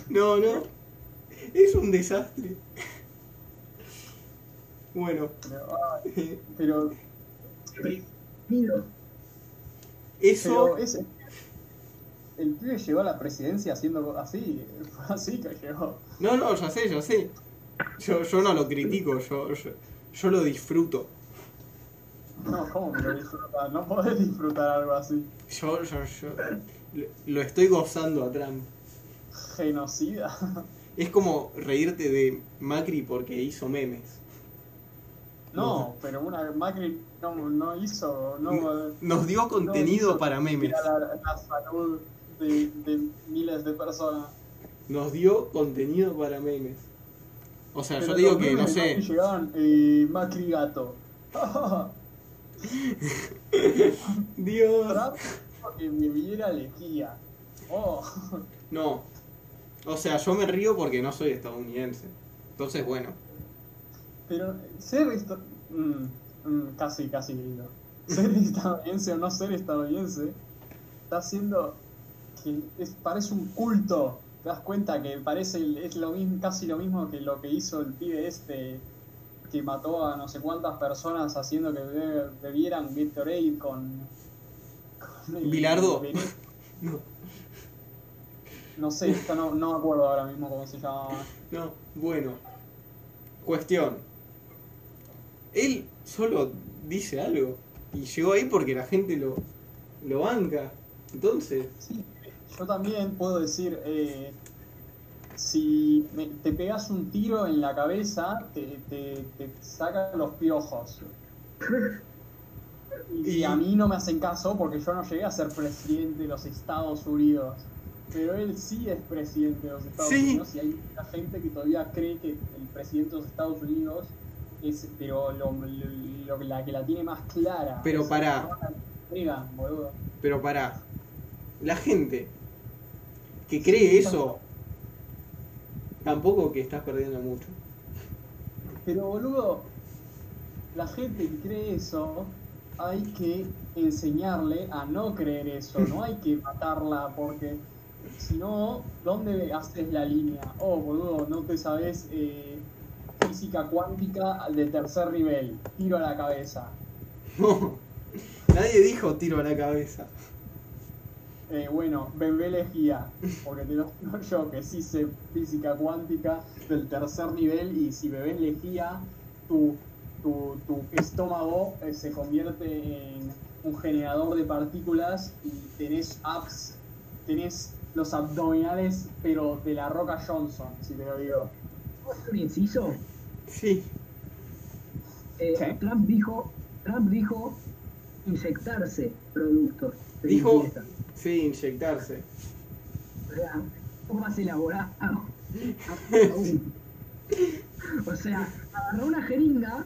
S12: No, no. Es un desastre. Bueno.
S11: Pero.
S12: Eso.
S11: Pero ese- el pibe llegó a la presidencia haciendo así, [laughs] fue así que llegó.
S12: No, no, ya sé, ya sé. Yo, yo no lo critico, yo, yo, yo lo disfruto.
S11: No, ¿cómo me lo disfrutar? No podés disfrutar algo así.
S12: Yo, yo, yo lo- lo estoy gozando a Trump.
S11: Genocida.
S12: Es como reírte de Macri porque hizo memes.
S11: No, pero una Macri no, no hizo. No,
S12: Nos dio
S11: no
S12: contenido
S11: hizo
S12: para memes.
S11: a La, la salud de, de miles de personas.
S12: Nos dio contenido para memes. O sea, yo
S11: Pero
S12: te digo
S11: los
S12: que, no
S11: memes
S12: sé,
S11: Llegaban, eh, Macri gato. [laughs]
S12: Dios.
S11: que me viera lejía. Oh.
S12: No. O sea, yo me río porque no soy estadounidense. Entonces, bueno.
S11: Pero ser esto- mm, mm, casi, casi grito. [laughs] Ser estadounidense o no ser estadounidense está haciendo que es- parece un culto. Te das cuenta que parece el- es lo mismo, casi lo mismo que lo que hizo el pibe este que mató a no sé cuántas personas haciendo que be- bebieran Gatorade con, con el
S12: Bilardo.
S11: veneno.
S12: [laughs] No.
S11: No sé, esto no, no me acuerdo ahora mismo cómo se llama.
S12: No, bueno. Cuestión. Él solo dice algo. Y llegó ahí porque la gente lo, lo banca. Entonces,
S11: Yo también puedo decir, eh, si me- te pegas un tiro en la cabeza, te, te, te sacan los
S12: [laughs]
S11: piojos. Y, a mí no me hacen caso porque yo no llegué a ser presidente de los Estados Unidos. Pero él sí es presidente de los Estados
S12: Sí.
S11: Unidos y hay mucha gente que todavía cree que el presidente de los Estados Unidos es pero lo, lo- lo- la que la tiene más clara.
S12: Pero pará.
S11: No la entregan, boludo.
S12: pero para la gente que cree eso, tampoco que estás perdiendo mucho.
S11: Pero boludo, la gente que cree eso, hay que enseñarle a no creer eso, no hay que matarla porque si no, ¿dónde haces la línea? Oh, boludo, no te sabes eh, física cuántica de tercer nivel, tiro a la cabeza.
S12: No. Nadie dijo tiro a la cabeza.
S11: Eh, bueno, bebelejía, porque te lo [laughs] digo yo que sí sé física cuántica del tercer nivel y si bebés lejía, tu, tu, tu estómago eh, se convierte en un generador de partículas y tenés abs, tenés los abdominales, pero de la Roca Johnson, si te lo digo.
S9: un inciso?
S12: Sí.
S9: Eh,
S11: ¿Qué?
S9: Trump dijo, Trump dijo inyectarse productos. de
S12: Dijo,
S9: limpieza.
S12: sí, inyectarse.
S9: O sea, un poco más [laughs] elaborado. o sea, agarró una jeringa,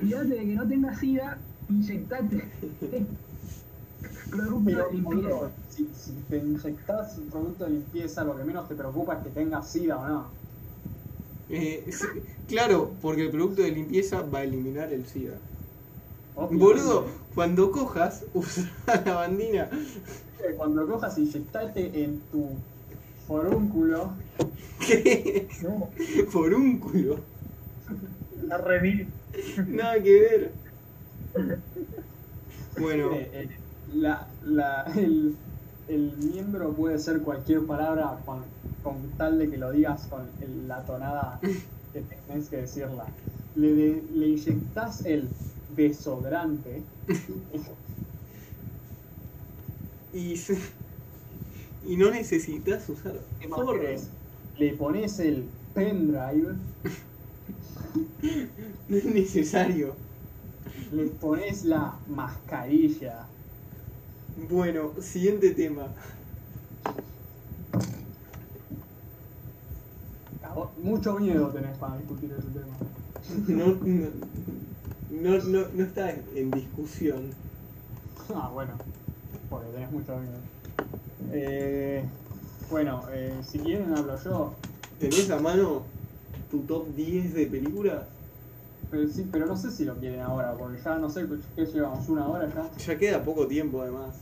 S9: cuidate de que no tengas sida, inyectate. [laughs] Producto
S11: Pero,
S9: de limpieza.
S11: boludo, si, si te inyectás un producto de limpieza, lo que menos te preocupa es que tengas sida o no.
S12: Eh, sí, claro, porque el producto de limpieza va a eliminar el SIDA.
S11: Obviamente.
S12: Boludo, cuando cojas, [laughs] usa la bandina.
S11: que cuando cojas inyectate en tu forúnculo,
S12: ¿Qué?
S11: No.
S12: Por un culo.
S6: Está re vil.
S12: Nada que ver. Bueno.
S11: Eh, eh, la, la- el, el miembro puede ser cualquier palabra con, con tal de que lo digas con el- la tonada que tenés que decirla. Le, de- le inyectás el desodorante.
S12: y, se- y no necesitas usar
S11: ¿Qué más
S12: forro.
S11: querés? Le pones el pendrive.
S12: No es necesario.
S11: Le pones la mascarilla.
S12: Bueno, siguiente tema.
S11: Cagó- Mucho miedo tenés para discutir ese tema.
S12: No, no, no, no- no está en, en discusión.
S11: [laughs] Ah, bueno. Porque tenés mucho miedo. Eh, bueno, eh, si quieren hablo yo.
S12: ¿Tenés a mano tu top 10 de películas?
S11: Pero sí, pero no sé si lo quieren ahora, porque ya no sé pues, qué llevamos, una hora ya.
S12: Ya queda poco tiempo además.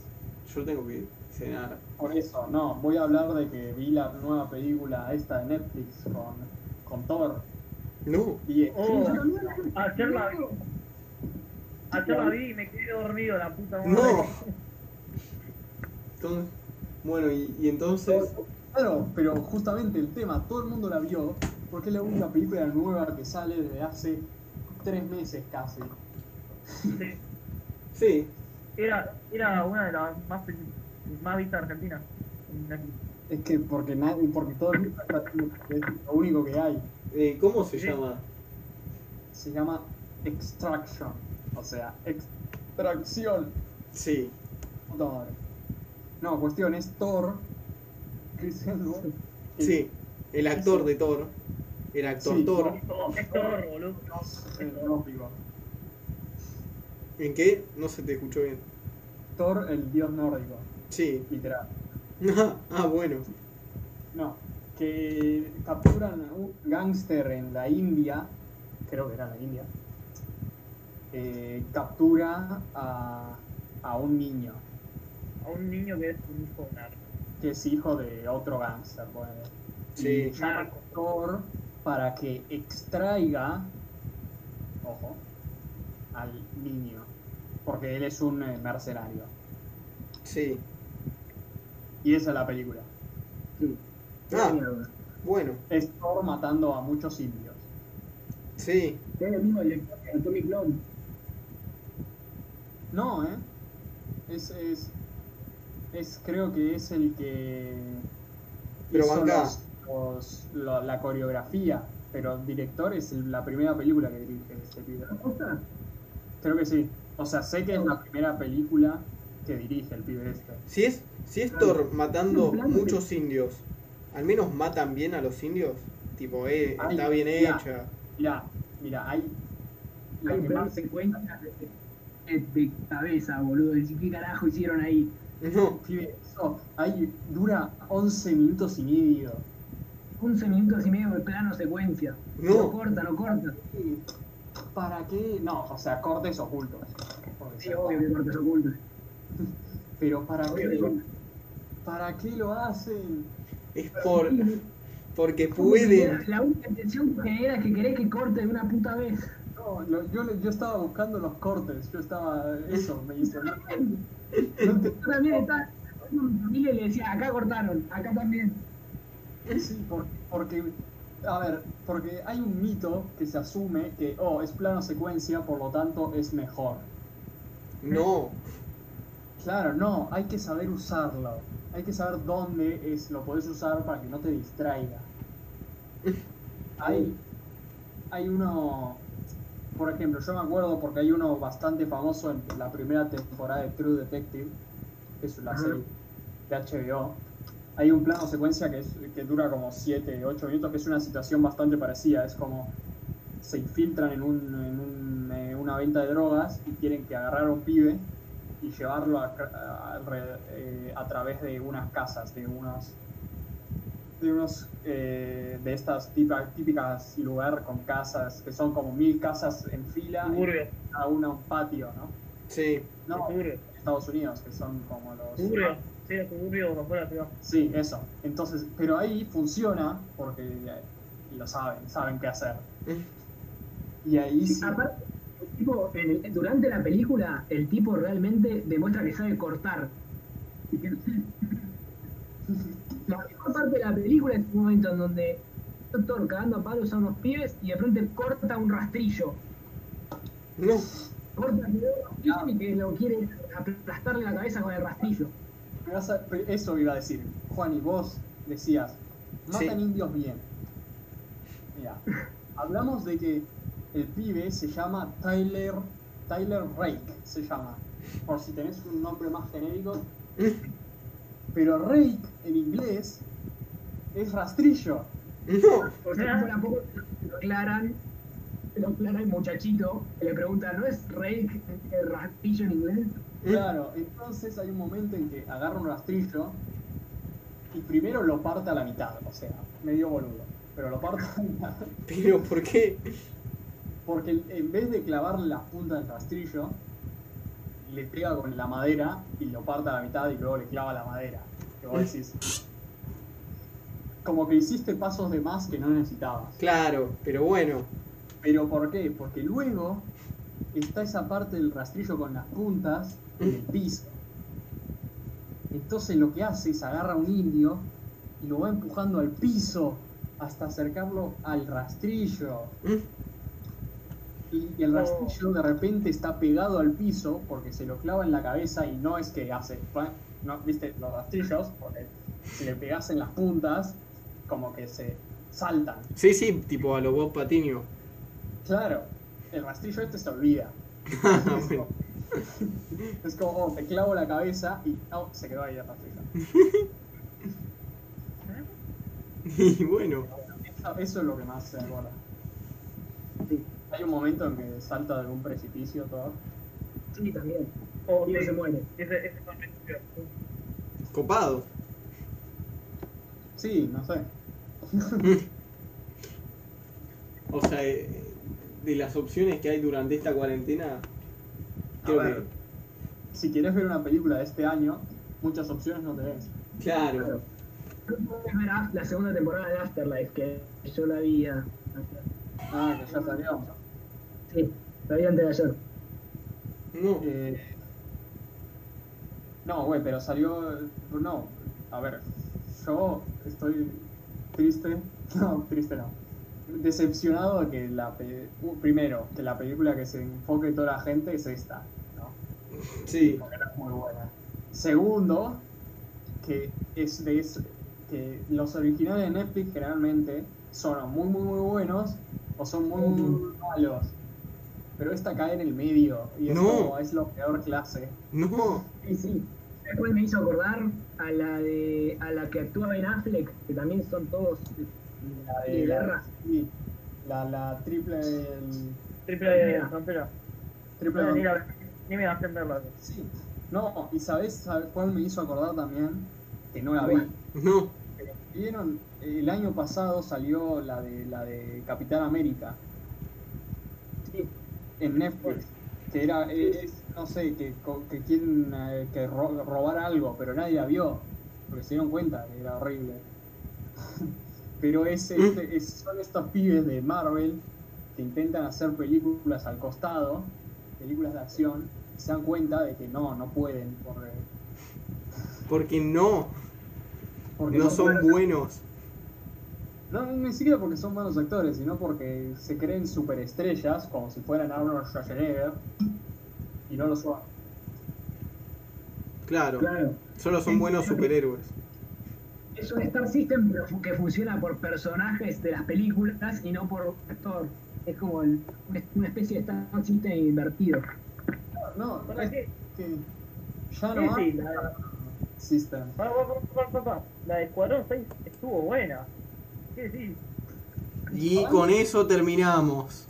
S12: Yo tengo que cenar.
S11: Por eso, no, voy a hablar de que vi la nueva película esta de Netflix con, con Thor.
S12: No.
S11: Y, eh,
S6: Oh, ayer la vi. Ayer la vi y me quedé dormido, la puta madre.
S12: No. Entonces, bueno, y, y entonces...
S11: Claro, pero justamente el tema, todo el mundo la vio, porque es la única película nueva que sale desde hace tres meses casi.
S12: Sí.
S6: Era, era una de las más, pe- más vistas de Argentina.
S11: Es que porque nadie, porque todo el mundo está haciendo que es lo único que hay.
S12: eh, ¿Cómo se llama?
S11: Se llama Extraction. O sea, extracción.
S12: Sí.
S11: Puta madre. No, cuestión es Thor. Chris Hemsworth.
S12: Sí, el actor de Thor. El actor
S11: Sí,
S12: Thor.
S6: Es Thor, boludo.
S11: El nórdico.
S12: ¿En qué? No se te escuchó bien.
S11: Thor, el dios nórdico.
S12: Sí. [laughs]
S11: Literal.
S12: ah, bueno.
S11: No, que capturan a un gángster en la India, creo que era la India, eh, captura a, a un niño,
S6: A un niño que es un hijo de un arco.
S11: que es hijo de otro gángster. bueno.
S12: Sí.
S11: Y llama al doctor para que extraiga, ojo, al niño, porque él es un eh, mercenario.
S12: Sí.
S11: Y esa es la película.
S12: Ah, bueno.
S11: Es Thor matando a muchos indios.
S12: Sí.
S9: Es el mismo director que Atomic Blonde.
S11: No, ¿eh? Es, es, es- creo que es el que
S12: Pero
S11: hizo
S12: banca.
S11: los- los- lo- la coreografía, pero director es el- la primera película que dirige este pibe. Creo que sí. O sea, sé que es
S9: Oh.
S11: la primera película que dirige el pibe este.
S12: Si es, si es ¿eh? Thor matando muchos indios, al menos matan bien a los indios. Tipo, eh,
S11: Ay,
S12: está bien
S11: ya.
S12: hecha.
S11: Mirá, mirá, hay... La
S9: Hay
S11: que
S9: planos
S11: más-
S9: secuencias de, de- de cabeza, boludo. Decís, ¿Qué carajo hicieron ahí?
S12: No,
S11: pibe, eso, hay, dura 11 minutos y medio.
S9: 11 minutos y medio de plano secuencia.
S12: No.
S9: Lo corta, lo corta.
S11: Y, ¿Para qué? No, o sea, cortes ocultos. Porque
S9: Sí,
S11: se-
S9: obvio que cortes ocultos.
S11: Pero ¿para qué?
S9: Obvio.
S11: ¿Para qué lo hacen?
S12: es por. Porque
S9: Puede.
S12: pueden.
S9: La única intención que genera es que querés que corte de una puta vez.
S11: No, lo- yo, le- yo estaba buscando los cortes, yo estaba... Eso me hizo... No, ent-
S9: Yo también estaba. Mi familia le decía, acá cortaron, acá también.
S11: sí, por- porque... A ver, porque hay un mito que se asume que, oh, es plano secuencia, por lo tanto es mejor.
S12: No.
S11: Claro, no, hay que saber usarlo. Hay que saber dónde es, lo podés usar para que no te distraiga. Hay, hay uno, por ejemplo, yo me acuerdo porque hay uno bastante famoso en la primera temporada de True Detective, que es la
S9: Ajá.
S11: serie de HBO. Hay un plano secuencia que, es, que dura como 7, 8 minutos, que es una situación bastante parecida. Es como se infiltran en, un, en un, eh, una venta de drogas y tienen que agarrar a un pibe y llevarlo a, a- alre- eh, a través de unas casas, de unos de unos eh, de estas tipa- típicas lugar con casas que son como mil casas en fila
S6: Suburbio.
S11: y cada una un patio, ¿no?
S12: Sí.
S11: No,
S6: Suburbio.
S11: Estados Unidos que son como los
S6: Suburbio. Sí, era suburbio afuera de la ciudad.
S11: Sí, eso. Entonces, pero ahí funciona porque eh, lo saben, saben qué hacer. Y ahí sí,
S9: Aparte, tipo, en el- durante la película, el tipo realmente demuestra que sabe cortar. Y que- La mejor parte de la película es un momento en donde un doctor cagando a palos a unos pibes y de pronto corta un rastrillo.
S12: No.
S9: Corta el dedo
S6: Ah.
S9: rastrillo y que lo quiere aplastarle la cabeza con el rastrillo.
S11: Me vas a- pero Eso iba a decir. Juan, y vos decías, matan
S12: Sí.
S11: indios bien. Mira, hablamos de que el pibe se llama Tyler, Tyler Rake, se llama. Por si tenés un nombre más genérico. Pero Rake en inglés es rastrillo.
S9: O
S6: Ah.
S9: sea, por a poco lo aclaran, lo aclaran el muchachito, que le pregunta, ¿no es rake el rastrillo en inglés?
S11: Claro, entonces hay un momento en que agarra un rastrillo y primero lo parte a la mitad, o sea, medio boludo, pero lo parte a la mitad.
S12: Pero ¿por qué?
S11: Porque en vez de clavarle la punta del rastrillo, le pega con la madera y lo parte a la mitad y luego le clava la madera. Que vos decís, como que hiciste pasos de más que no necesitabas.
S12: Claro, pero bueno.
S11: ¿Pero por qué? Porque luego está esa parte del rastrillo con las puntas en el piso. Entonces lo que hace es agarra a un indio y lo va empujando al piso hasta acercarlo al rastrillo. Y, y el rastrillo de repente está pegado al piso porque se lo clava en la cabeza y no es que hace. No, ¿Viste? Los rastrillos, porque si le pegas en las puntas, como que se saltan.
S12: Sí, sí, tipo a lo Bob Patiño. [laughs]
S11: Claro, el rastrillo este se olvida. es como, oh, te clavo la cabeza y oh, se quedó ahí el rastrillo.
S12: Y bueno.
S11: Eso, eso es lo que más se acuerda. Hay un momento en que salta de un precipicio todo.
S9: Sí, también.
S6: O
S9: Y no
S6: sí,
S9: se muere.
S6: Ese, ese con respiración.
S12: Copado.
S11: Sí, no sé.
S12: O sea, eh, de las opciones que hay durante esta cuarentena, creo
S11: ver. Si quieres ver una película de este año, muchas opciones no tenés.
S12: que. Claro.
S9: No podés ver Af- la segunda temporada de Afterlife, que yo la vi a-
S11: Ah, que ya salió.
S9: Sí, la vi antes de ayer.
S12: No.
S11: Eh, no, güey, pero salió. No, a ver, yo estoy triste. [laughs] No, triste no. Decepcionado de que la. pe- uh, primero, que la película que se enfoque toda la gente es esta.
S12: Sí.
S11: Porque no es muy buena. Segundo, que es de es- que los originales de Netflix generalmente son o muy muy muy buenos o son muy muy, muy malos. Pero esta cae en el medio y es
S12: No.
S11: como es lo peor clase.
S12: No.
S9: Sí, sí. Después me hizo acordar a la de a la que actúa Ben Affleck, que también son todos
S11: La
S9: de guerra.
S11: sí, la, la triple el-
S6: Triple campera.
S11: triple
S6: Ni, la- ni me vas a entenderla.
S11: Sí. No, y sabes sabes cuál me hizo acordar también que no la vi.
S6: ¿Cuál?
S12: No.
S11: Vieron, el año pasado salió la de la de Capitán América. En Netflix. Que era, eh, es- no sé, que, co- que quieren eh, que ro- robar algo, pero nadie la vio. Porque se dieron cuenta que era horrible. [laughs] pero es,
S12: Mm.
S11: este- es- son estos pibes de Marvel que intentan hacer películas al costado, películas de acción, y se dan cuenta de que no, no pueden. eh, Porque,
S12: Porque no.
S11: porque
S12: no, son
S11: pueden.
S12: buenos.
S11: No, no, ni siquiera porque son buenos actores, sino porque se creen superestrellas, como si fueran Arnold Schwarzenegger, y no lo son.
S12: Claro.
S9: Claro.
S12: Solo son buenos superhéroes.
S9: Es un Star System pero fu- que funciona por personajes de las películas y no por actor. Es como el- un- una especie de Star System invertido.
S11: No,
S6: ¿Para
S11: es
S6: qué?
S11: que ya
S6: Sí,
S11: no
S6: sí,
S11: hay
S6: la de-
S11: System.
S6: Pará, pará, pará, pará, pará, pará. La de Escuadrón 6 estuvo buena. Sí, sí.
S12: Y con eso terminamos.